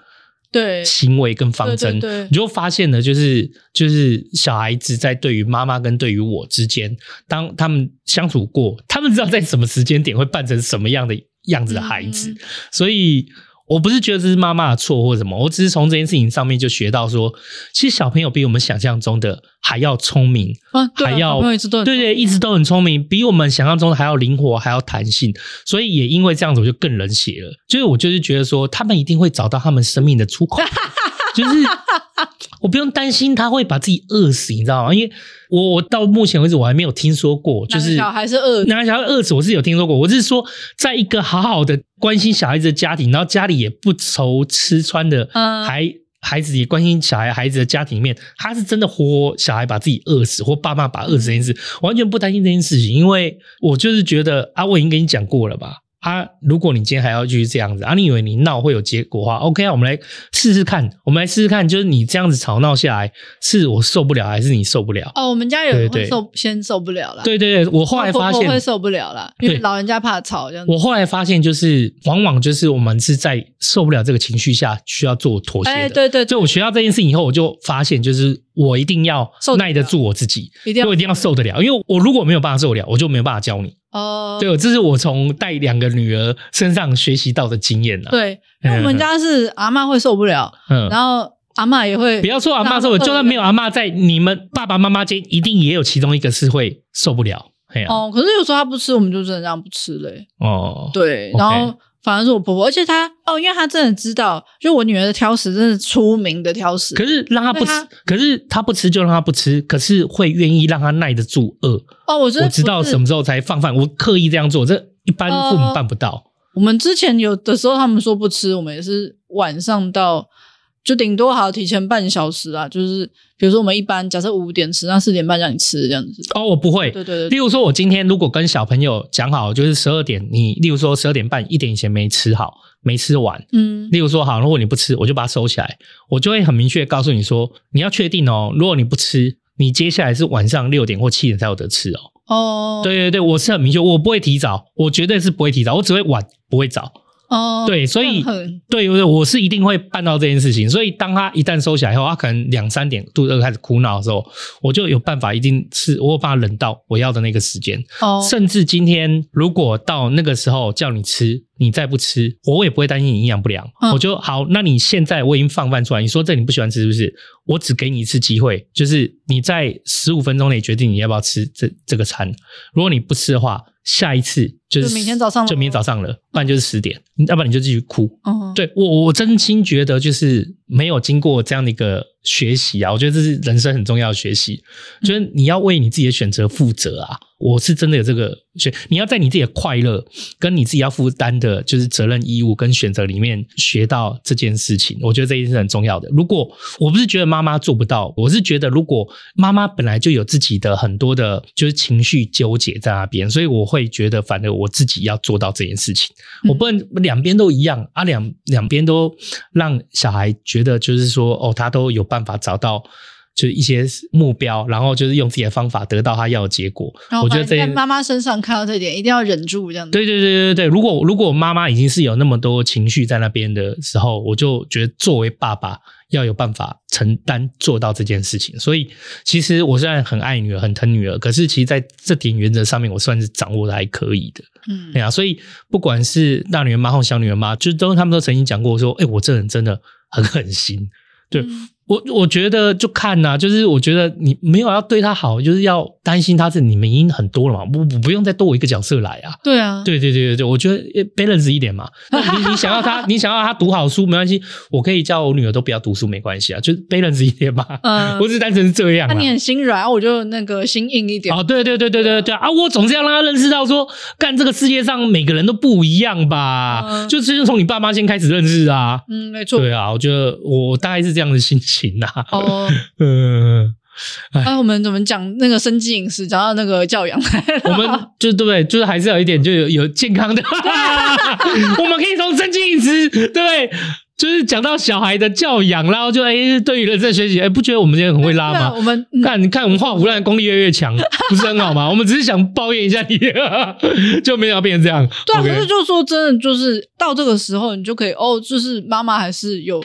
[SPEAKER 3] 对
[SPEAKER 2] 行为跟方针。
[SPEAKER 3] 对对对
[SPEAKER 2] 你就发现了，就是就是小孩子在对于妈妈跟对于我之间，当他们相处过，他们知道在什么时间点会扮成什么样的样子的孩子。
[SPEAKER 3] 嗯
[SPEAKER 2] 所以我不是觉得这是妈妈的错或什么，我只是从这件事情上面就学到说，其实小朋友比我们想象中的还要聪明，
[SPEAKER 3] 啊，对啊，
[SPEAKER 2] 还要
[SPEAKER 3] 小朋友一直都很
[SPEAKER 2] 对对，一直都很聪明，比我们想象中的还要灵活，还要弹性。所以也因为这样子，我就更冷血了。就是我就是觉得说，他们一定会找到他们生命的出
[SPEAKER 3] <laughs>
[SPEAKER 2] 口，就是我不用担心他会把自己饿死，你知道吗？因为我我到目前为止我还没有听说过，就
[SPEAKER 3] 哪个
[SPEAKER 2] 是
[SPEAKER 3] 小孩是饿的，
[SPEAKER 2] 男小孩饿死，我是有听说过。我是说，在一个好好的关心小孩子的家庭，然后家里也不愁吃穿的，
[SPEAKER 3] 嗯
[SPEAKER 2] 还孩子也关心小孩孩子的家庭里面，他是真的活小孩把自己饿死，或爸妈把饿死这件事，完全不担心这件事情，因为我就是觉得啊，我已经跟你讲过了吧。啊！如果你今天还要继续这样子啊，你以为你闹会有结果的话？OK 啊，我们来试试看，我们来试试看，就是你这样子吵闹下来，是我受不了，还是你受不了？
[SPEAKER 3] 哦，我们家有人
[SPEAKER 2] 对对
[SPEAKER 3] 会受先受不了了，，
[SPEAKER 2] 对对对，我后来发
[SPEAKER 3] 婆
[SPEAKER 2] 现
[SPEAKER 3] 婆会受不了了，因为
[SPEAKER 2] 对
[SPEAKER 3] 老人家怕吵这样子。
[SPEAKER 2] 我后来发现，就是往往就是我们是在受不了这个情绪下需要做妥协的。
[SPEAKER 3] 哎，对对，
[SPEAKER 2] 所以我学到这件事情以后，我就发现，就是我一定要
[SPEAKER 3] 受得了
[SPEAKER 2] 耐得住我自己，
[SPEAKER 3] 一定要
[SPEAKER 2] 我一定要受得了，因为我如果没有办法受得了，我就没有办法教你。
[SPEAKER 3] 哦，
[SPEAKER 2] 对，这是我从带两个女儿身上学习到的经验啊。，
[SPEAKER 3] <laughs> 对，因为我们家是阿嬷会受不了，
[SPEAKER 2] 嗯，
[SPEAKER 3] 然后阿嬷也会
[SPEAKER 2] 不要说阿妈受不了，就算没有阿妈在，你们爸爸妈妈间一定也有其中一个是会受不了。哎呀、
[SPEAKER 3] 哦，可是有时候她不吃，我们就真的让她不吃嘞、
[SPEAKER 2] 哦，
[SPEAKER 3] 对，
[SPEAKER 2] OK
[SPEAKER 3] 然后反而是我婆婆，而且她哦，因为她真的知道，就我女儿的挑食真的出名的挑食，
[SPEAKER 2] 可是让他不吃
[SPEAKER 3] 对啊，
[SPEAKER 2] 可是他不吃就让他不吃，可是会愿意让他耐得住饿。
[SPEAKER 3] 哦，我真的
[SPEAKER 2] 我知道
[SPEAKER 3] 不是
[SPEAKER 2] 什么时候才放饭，我刻意这样做，这一般父母
[SPEAKER 3] 哦
[SPEAKER 2] 办不到。
[SPEAKER 3] 我们之前有的时候他们说不吃，我们也是晚上到，就顶多好提前半小时啊，就是比如说我们一般假设五点吃，那四点半让你吃这样子。
[SPEAKER 2] 哦，我不会。
[SPEAKER 3] 对对
[SPEAKER 2] 例
[SPEAKER 3] 对，
[SPEAKER 2] 如说，我今天如果跟小朋友讲好，就是十二点，你例如说十二点半一点以前没吃好，没吃完。
[SPEAKER 3] 嗯，
[SPEAKER 2] 例如说，好，如果你不吃，我就把它收起来，我就会很明确地告诉你说，你要确定哦，如果你不吃，你接下来是晚上六点或七点才有得吃哦。
[SPEAKER 3] 哦，
[SPEAKER 2] 对对对，我是很明确，我不会提早，我绝对是不会提早，我只会晚，不会早。
[SPEAKER 3] 哦，
[SPEAKER 2] 对，所以
[SPEAKER 3] 那很
[SPEAKER 2] 对对，我是一定会办到这件事情。所以当他一旦收起来以后，他可能两三点肚子饿开始哭闹的时候，我就有办法，一定是我有办法忍到我要的那个时间。
[SPEAKER 3] 哦，
[SPEAKER 2] 甚至今天如果到那个时候叫你吃，你再不吃，我也不会担心你营养不良。
[SPEAKER 3] 嗯
[SPEAKER 2] 我就好，那你现在我已经放饭出来，你说这你不喜欢吃是不是？我只给你一次机会，就是你在十五分钟内决定你要不要吃这这个餐。如果你不吃的话，下一次就是
[SPEAKER 3] 就明天早上了
[SPEAKER 2] 就明天早上了，不然就是十点，要不然你就继续哭。
[SPEAKER 3] 嗯，
[SPEAKER 2] 对我，我真心觉得就是没有经过这样的一个学习啊，我觉得这是人生很重要的学习，就是你要为你自己的选择负责啊。我是真的有这个选，你要在你自己的快乐跟你自己要负担的，就是责任义务跟选择里面学到这件事情。我觉得这一件事很重要的。如果我不是觉得妈妈做不到，我是觉得如果妈妈本来就有自己的很多的，就是情绪纠结在那边，所以我会觉得，反而我自己要做到这件事情。
[SPEAKER 3] 嗯
[SPEAKER 2] 我不能两边都一样啊，两两边都让小孩觉得就是说，哦，他都有办法找到就是一些目标，然后就是用自己的方法得到他要的结果。
[SPEAKER 3] 然后
[SPEAKER 2] 我觉得这
[SPEAKER 3] 在妈妈身上看到这一点，一定要忍住这样子。
[SPEAKER 2] 对对对对对，如果如果妈妈已经是有那么多情绪在那边的时候，我就觉得作为爸爸要有办法承担做到这件事情。所以其实我虽然很爱女儿，很疼女儿，可是其实在这点原则上面，我算是掌握的还可以的。
[SPEAKER 3] 嗯
[SPEAKER 2] 对，啊，所以不管是大女儿妈或小女儿妈，就是都他们都曾经讲过说，哎、我这人真的很狠心。对
[SPEAKER 3] 嗯
[SPEAKER 2] 我我觉得就看呐、就是我觉得你没有要对她好，就是要担心她是你们已经很多了嘛，不不不用再多我一个角色来啊。
[SPEAKER 3] 对啊，
[SPEAKER 2] 对对对对对，我觉得呃 balance 一
[SPEAKER 3] <laughs>
[SPEAKER 2] 点嘛。那你你想要他，你想要他读好书没关系，我可以叫我女儿都不要读书没关系啊，就是 balance 一点嘛。<laughs>
[SPEAKER 3] 嗯
[SPEAKER 2] 我只是单纯是这样啊
[SPEAKER 3] 那
[SPEAKER 2] 啦。
[SPEAKER 3] 你很心软，啊我就那个心硬一点。
[SPEAKER 2] 哦，对对对对对对啊！我总是要让他认识到说，干这个世界上每个人都不一样吧，
[SPEAKER 3] 嗯
[SPEAKER 2] 就是就从你爸妈先开始认识啊。
[SPEAKER 3] 嗯，没错。
[SPEAKER 2] 对啊，我觉得我我大概是这样的心情呐、啊。
[SPEAKER 3] 哦，哎
[SPEAKER 2] 嗯，
[SPEAKER 3] 那我们怎么讲那个生计饮食，讲到那个教
[SPEAKER 2] <laughs>
[SPEAKER 3] 养，
[SPEAKER 2] 我
[SPEAKER 3] <laughs>
[SPEAKER 2] 们就对不对？就是还是有一点，就有有健康的，我们可以从增进饮食，对不对？就是讲到小孩的教养，然后就哎，对于人生学习，哎，不觉得我们今天很会拉
[SPEAKER 3] 那
[SPEAKER 2] 吗
[SPEAKER 3] 我？们嗯
[SPEAKER 2] 看，你看我们画胡乱的功力越来越强，不是很好吗？我们只是想抱怨一下你， <laughs> 就没有要变成这样。
[SPEAKER 3] 对啊，可
[SPEAKER 2] OK
[SPEAKER 3] 是就说真的，就是到这个时候，你就可以哦，就是妈妈还是有，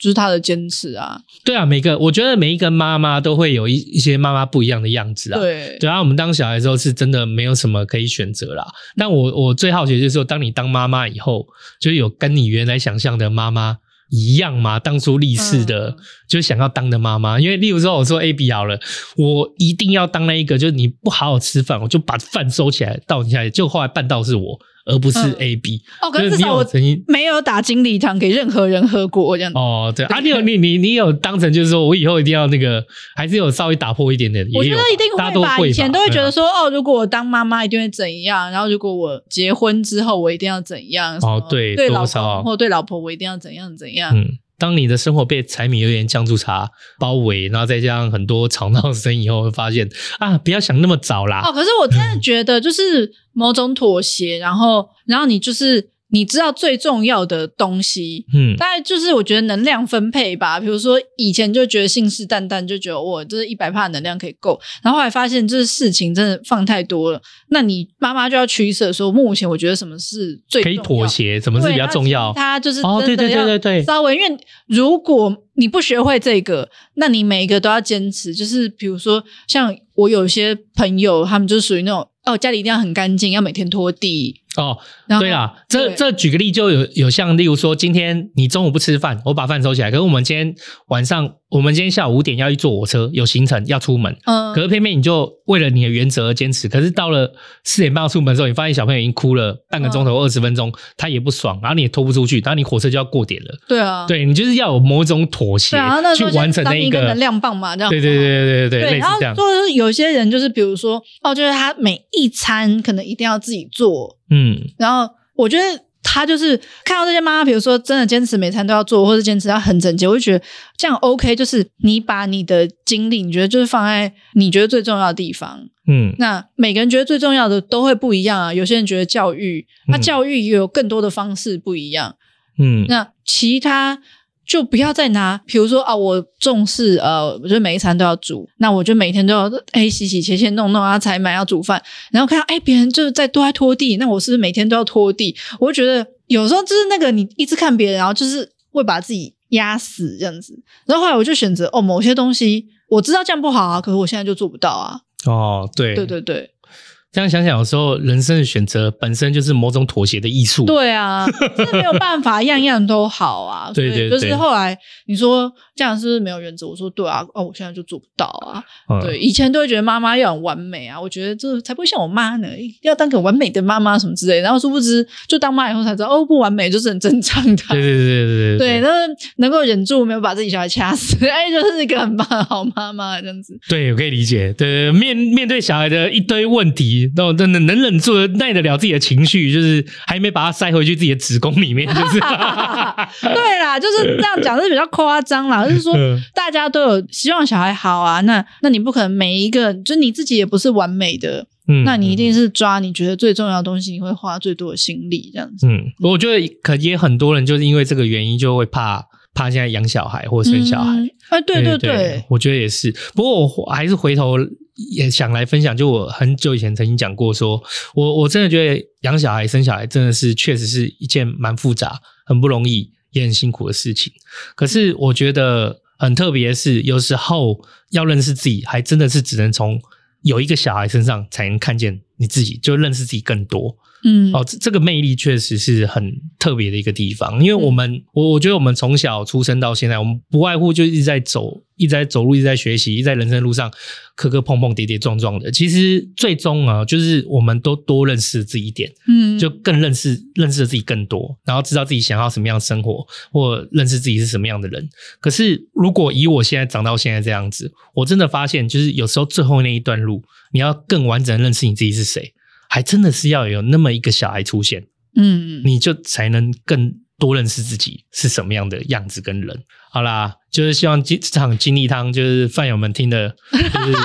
[SPEAKER 3] 就是她的坚持啊，
[SPEAKER 2] 对啊，每个我觉得每一个妈妈都会有一一些妈妈不一样的样子啊。
[SPEAKER 3] 对，
[SPEAKER 2] 对啊，我们当小孩的时候是真的没有什么可以选择啦。但我我最好奇的就是说，当你当妈妈以后，就是有跟你原来想象的妈妈一样吗？当初立誓的，
[SPEAKER 3] 嗯
[SPEAKER 2] 就想要当的妈妈。因为例如说，我说 A B 好了，我一定要当那一个，就是你不好好吃饭，我就把饭收起来倒你下来，就后来绊到是我，而不是
[SPEAKER 3] 嗯
[SPEAKER 2] A B、
[SPEAKER 3] 哦，可
[SPEAKER 2] 就是是
[SPEAKER 3] 至
[SPEAKER 2] 你
[SPEAKER 3] 少
[SPEAKER 2] 有
[SPEAKER 3] 我
[SPEAKER 2] 曾经
[SPEAKER 3] 没有打金礼堂给任何人喝过这样子。
[SPEAKER 2] 哦，对啊，你有你你你有当成就是说我以后一定要那个，还是有稍微打破一点点，
[SPEAKER 3] 我
[SPEAKER 2] 也有
[SPEAKER 3] 觉得
[SPEAKER 2] 吧
[SPEAKER 3] 一定
[SPEAKER 2] 大家都
[SPEAKER 3] 会吧，以前都会觉
[SPEAKER 2] 对啊
[SPEAKER 3] 得说，哦，如果我当妈妈一定会怎样，然后如果我结婚之后我一定要怎样，什么
[SPEAKER 2] 哦对
[SPEAKER 3] 对
[SPEAKER 2] 多
[SPEAKER 3] 老
[SPEAKER 2] 少
[SPEAKER 3] 公或对老婆我一定要怎样怎样，
[SPEAKER 2] 嗯，当你的生活被柴米油盐酱醋茶包围，然后再加上很多吵闹声以后，会发现啊，不要想那么早啦。
[SPEAKER 3] 哦，可是我真的觉得，就是某种妥协，然后，然后你就是你知道最重要的东西，
[SPEAKER 2] 嗯，
[SPEAKER 3] 大概就是我觉得能量分配吧。比如说以前就觉得信誓旦旦，就觉得我这一百帕能量可以够，然后后来发现这事情真的放太多了，那你妈妈就要取舍，说目前我觉得什么是最
[SPEAKER 2] 可以
[SPEAKER 3] 重要
[SPEAKER 2] 妥，协，什么是比较重要？
[SPEAKER 3] 他就是
[SPEAKER 2] 哦，对
[SPEAKER 3] 真的
[SPEAKER 2] 对
[SPEAKER 3] 要
[SPEAKER 2] 对对对，
[SPEAKER 3] 稍微，因为如果你不学会这个，那你每一个都要坚持。就是比如说，像我有些朋友，他们就是属于那种哦，家里一定要很干净，要每天拖地。
[SPEAKER 2] 哦，
[SPEAKER 3] 然后
[SPEAKER 2] 对啦，这
[SPEAKER 3] 对
[SPEAKER 2] 这举个例就有有像，例如说，今天你中午不吃饭，我把饭收起来，可是我们今天晚上，我们今天下午五点要去坐火车，有行程要出门，
[SPEAKER 3] 嗯
[SPEAKER 2] 可，是偏偏你就为了你的原则而坚持，可是到了四点半要出门的时候，你发现小朋友已经哭了半个钟
[SPEAKER 3] 嗯
[SPEAKER 2] 头、二十分钟，他也不爽，然后你也拖不出去，然后你火车就要过点了。
[SPEAKER 3] 对啊，
[SPEAKER 2] 对你就是要有某种妥协
[SPEAKER 3] 对啊，那
[SPEAKER 2] 去
[SPEAKER 3] 时候
[SPEAKER 2] 完成
[SPEAKER 3] 就
[SPEAKER 2] 那
[SPEAKER 3] 当一
[SPEAKER 2] 个
[SPEAKER 3] 能量棒嘛，这样
[SPEAKER 2] 对对对对对类
[SPEAKER 3] 然
[SPEAKER 2] 似
[SPEAKER 3] 后
[SPEAKER 2] 这样。
[SPEAKER 3] 就是有些人就是比如说哦，就是他每一餐可能一定要自己做，
[SPEAKER 2] 嗯，
[SPEAKER 3] 然后我觉得他就是看到这些妈妈，比如说真的坚持每餐都要做，或者坚持要很整洁，我就觉得这样 OK。就是你把你的精力，你觉得就是放在你觉得最重要的地方。
[SPEAKER 2] 嗯
[SPEAKER 3] 那每个人觉得最重要的都会不一样啊。有些人觉得教育，那
[SPEAKER 2] 嗯
[SPEAKER 3] 教育也有更多的方式不一样。
[SPEAKER 2] 嗯
[SPEAKER 3] 那其他就不要再拿，比如说啊，我重视呃，我就每一餐都要煮，那我就每天都要哎洗洗切切弄弄啊，采买要煮饭，然后看到哎别人就是在都在拖地，那我是不是每天都要拖地？我就觉得有时候就是那个你一直看别人，然后就是会把自己压死这样子。然后后来我就选择哦，某些东西我知道这样不好啊，可是我现在就做不到啊。
[SPEAKER 2] 哦，对
[SPEAKER 3] 对，对对
[SPEAKER 2] 这样想想，有时候人生的选择本身就是某种妥协的艺术。
[SPEAKER 3] 对啊，真的没有办法，样样都好
[SPEAKER 2] <laughs>
[SPEAKER 3] 啊。
[SPEAKER 2] 对
[SPEAKER 3] 所以
[SPEAKER 2] 对
[SPEAKER 3] 就是
[SPEAKER 2] 对
[SPEAKER 3] 后来你说这样是不是没有原则？我说对啊，哦，我现在就做不到啊。
[SPEAKER 2] <laughs> 嗯
[SPEAKER 3] 对，以前都会觉得妈妈要很完美啊，我觉得这才不会像我妈呢，要当个完美的妈妈什么之类的。然后殊不知，就当妈以后才知道，哦，不完美就是很正常的。
[SPEAKER 2] 对对对对对
[SPEAKER 3] <laughs> 对，那能够忍住没有把自己小孩掐死， <laughs> 哎，就是一个很棒的好妈妈这样子。
[SPEAKER 2] 对，我可以理解。对对，对面面对小孩的一堆问题，那我真的能忍住、耐得了自己的情绪，就是还没把它塞回去自己的子宫里面，就是。
[SPEAKER 3] 对啦，就是这样讲是比较夸张啦，就是 <laughs> 说
[SPEAKER 2] 嗯
[SPEAKER 3] 大家都有希望小孩好啊，那那你不可能每一个，就你自己也不是完美的，
[SPEAKER 2] <laughs> 嗯
[SPEAKER 3] 那你一定是抓你觉得最重要的东西，你会花最多的心力这样子。
[SPEAKER 2] 嗯，我觉得可也很多人就是因为这个原因就会怕怕现在养小孩或生小孩。
[SPEAKER 3] 嗯啊，对
[SPEAKER 2] 对
[SPEAKER 3] 对对，
[SPEAKER 2] 我觉得也是。不过我还是回头也想来分享，就我很久以前曾经讲过说，我我真的觉得养小孩、生小孩真的是确实是一件蛮复杂、很不容易、也很辛苦的事情。可是我觉得很特别的是，有时候要认识自己，还真的是只能从有一个小孩身上才能看见你自己，就认识自己更多。
[SPEAKER 3] 嗯，
[SPEAKER 2] 哦，这这个魅力确实是很特别的一个地方，因为我们，我我觉得我们从小出生到现在，我们不外乎就一直在走，一直在走路，一直在学习，一直在人生路上磕磕碰碰、跌跌撞撞的。其实最终啊，就是我们都多认识自己一点，
[SPEAKER 3] 嗯，
[SPEAKER 2] 就更认识认识了自己更多，然后知道自己想要什么样的生活，或认识自己是什么样的人。可是如果以我现在长到现在这样子，我真的发现，就是有时候最后那一段路，你要更完整的认识你自己是谁，还真的是要有那么一个小孩出现，
[SPEAKER 3] 嗯，
[SPEAKER 2] 你就才能更多认识自己是什么样的样子跟人。好啦，就是希望这这场经历汤就是饭友们听的，就是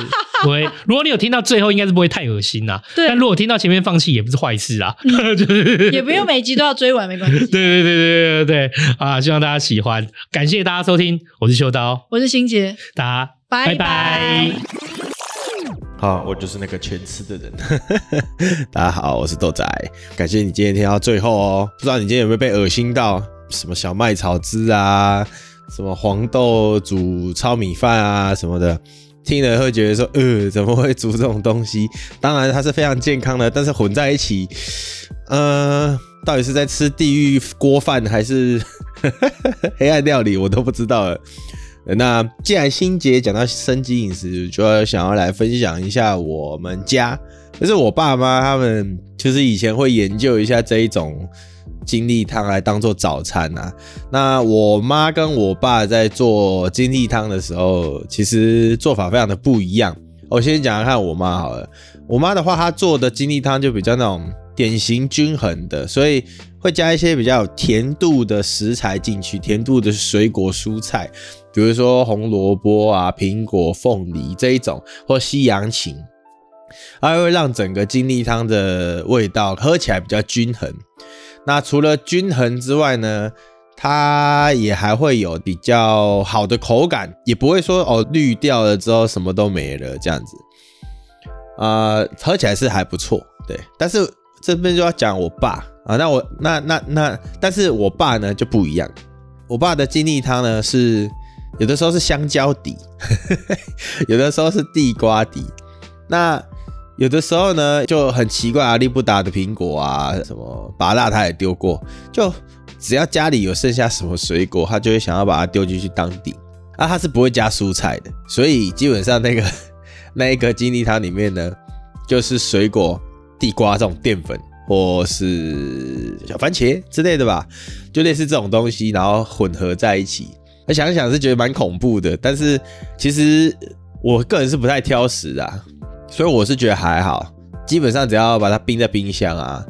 [SPEAKER 2] 不会。如果你有听到最后，应该是不会太恶心啦。
[SPEAKER 3] 对
[SPEAKER 2] 但如果听到前面放弃，也不是坏事啊。 <laughs>
[SPEAKER 3] 也不用每集都要追完，没关系。
[SPEAKER 2] 对对对对对对啊！希望大家喜欢，感谢大家收听，我是秋刀，
[SPEAKER 3] 我是欣杰，
[SPEAKER 2] 大家
[SPEAKER 3] 拜拜。
[SPEAKER 4] 好，我就是那个全吃的人。 <laughs> 大家好，我是豆仔，感谢你今天听到最后哦。不知道你今天有没有被恶心到？什么小麦炒汁啊，什么黄豆煮糙米饭啊什么的，听了会觉得说，呃，怎么会煮这种东西？当然它是非常健康的，但是混在一起，呃，到底是在吃地狱锅饭还是 <laughs> 黑暗料理，我都不知道了。那既然新杰讲到生机饮食，就要想要来分享一下我们家，就是我爸妈他们，就是以前会研究一下这一种精力汤来当做早餐啊。那我妈跟我爸在做精力汤的时候，其实做法非常的不一样。我先讲讲看我妈好了，我妈的话，她做的精力汤就比较那种典型均衡的，所以会加一些比较有甜度的食材进去，甜度的水果蔬菜。比如说红萝卜啊、苹果、啊凤梨这一种，或西洋芹，它会让整个精力汤的味道喝起来比较均衡。那除了均衡之外呢，它也还会有比较好的口感，也不会说哦滤掉了之后什么都没了这样子。呃，喝起来是还不错，对。但是这边就要讲我爸啊，那我那那那，但是我爸呢就不一样，我爸的精力汤呢是有的时候是香蕉底， <laughs> 有的时候是地瓜底，那有的时候呢就很奇怪啊，利布达的苹果啊，什么拔辣他也丢过，就只要家里有剩下什么水果，他就会想要把它丢进去当底。啊，他是不会加蔬菜的，所以基本上那个那一个精力汤里面呢，就是水果、地瓜这种淀粉，或是小番茄之类的吧。就类似这种东西，然后混合在一起。那想想是觉得蛮恐怖的，但是其实我个人是不太挑食的、啊，所以我是觉得还好。基本上只要把它冰在冰箱啊，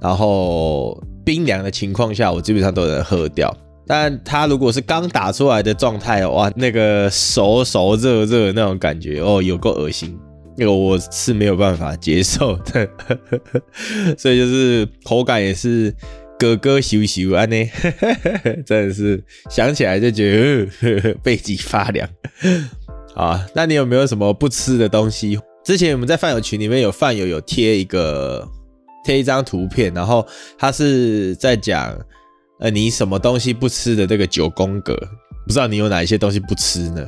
[SPEAKER 4] 然后冰凉的情况下，我基本上都能喝掉。但它如果是刚打出来的状态，哇，那个熟熟热热的那种感觉，哦，有够恶心。那个我是没有办法接受的， <laughs> 所以就是口感也是哥哥咻咻安呢， <laughs> 真的是想起来就觉得呃背脊发凉。 <laughs> 啊，那你有没有什么不吃的东西？之前我们在饭友群里面有饭友有贴一个贴一张图片，然后他是在讲呃你什么东西不吃的这个九宫格，不知道你有哪一些东西不吃呢？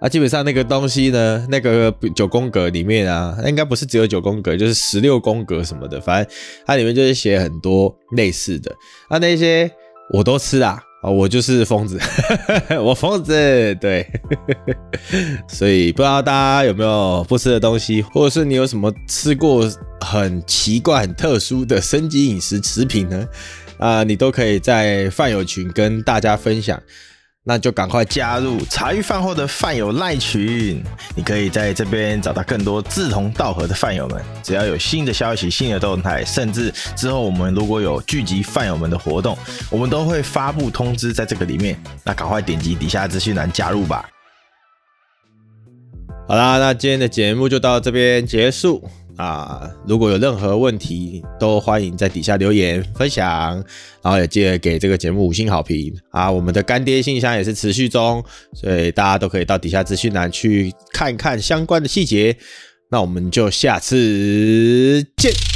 [SPEAKER 4] 啊，基本上那个东西呢，那个九宫格里面啊，那应该不是只有九宫格，就是十六宫格什么的，反正它里面就是写很多类似的。啊，那些我都吃啊，啊，我就是疯子， <laughs> 我疯子，对。 <laughs> 所以不知道大家有没有不吃的东西，或者是你有什么吃过很奇怪、很特殊的升级饮食食品呢？啊、你都可以在饭友群跟大家分享。那就赶快加入茶余饭后的饭友赖群，你可以在这边找到更多志同道合的饭友们。只要有新的消息、新的动态，甚至之后我们如果有聚集饭友们的活动，我们都会发布通知在这个里面。那赶快点击底下资讯栏加入吧。好啦，那今天的节目就到这边结束。啊。如果有任何问题，都欢迎在底下留言分享，然后也记得给这个节目五星好评啊。我们的干爹信箱也是持续中，所以大家都可以到底下资讯栏去看看相关的细节。那我们就下次见。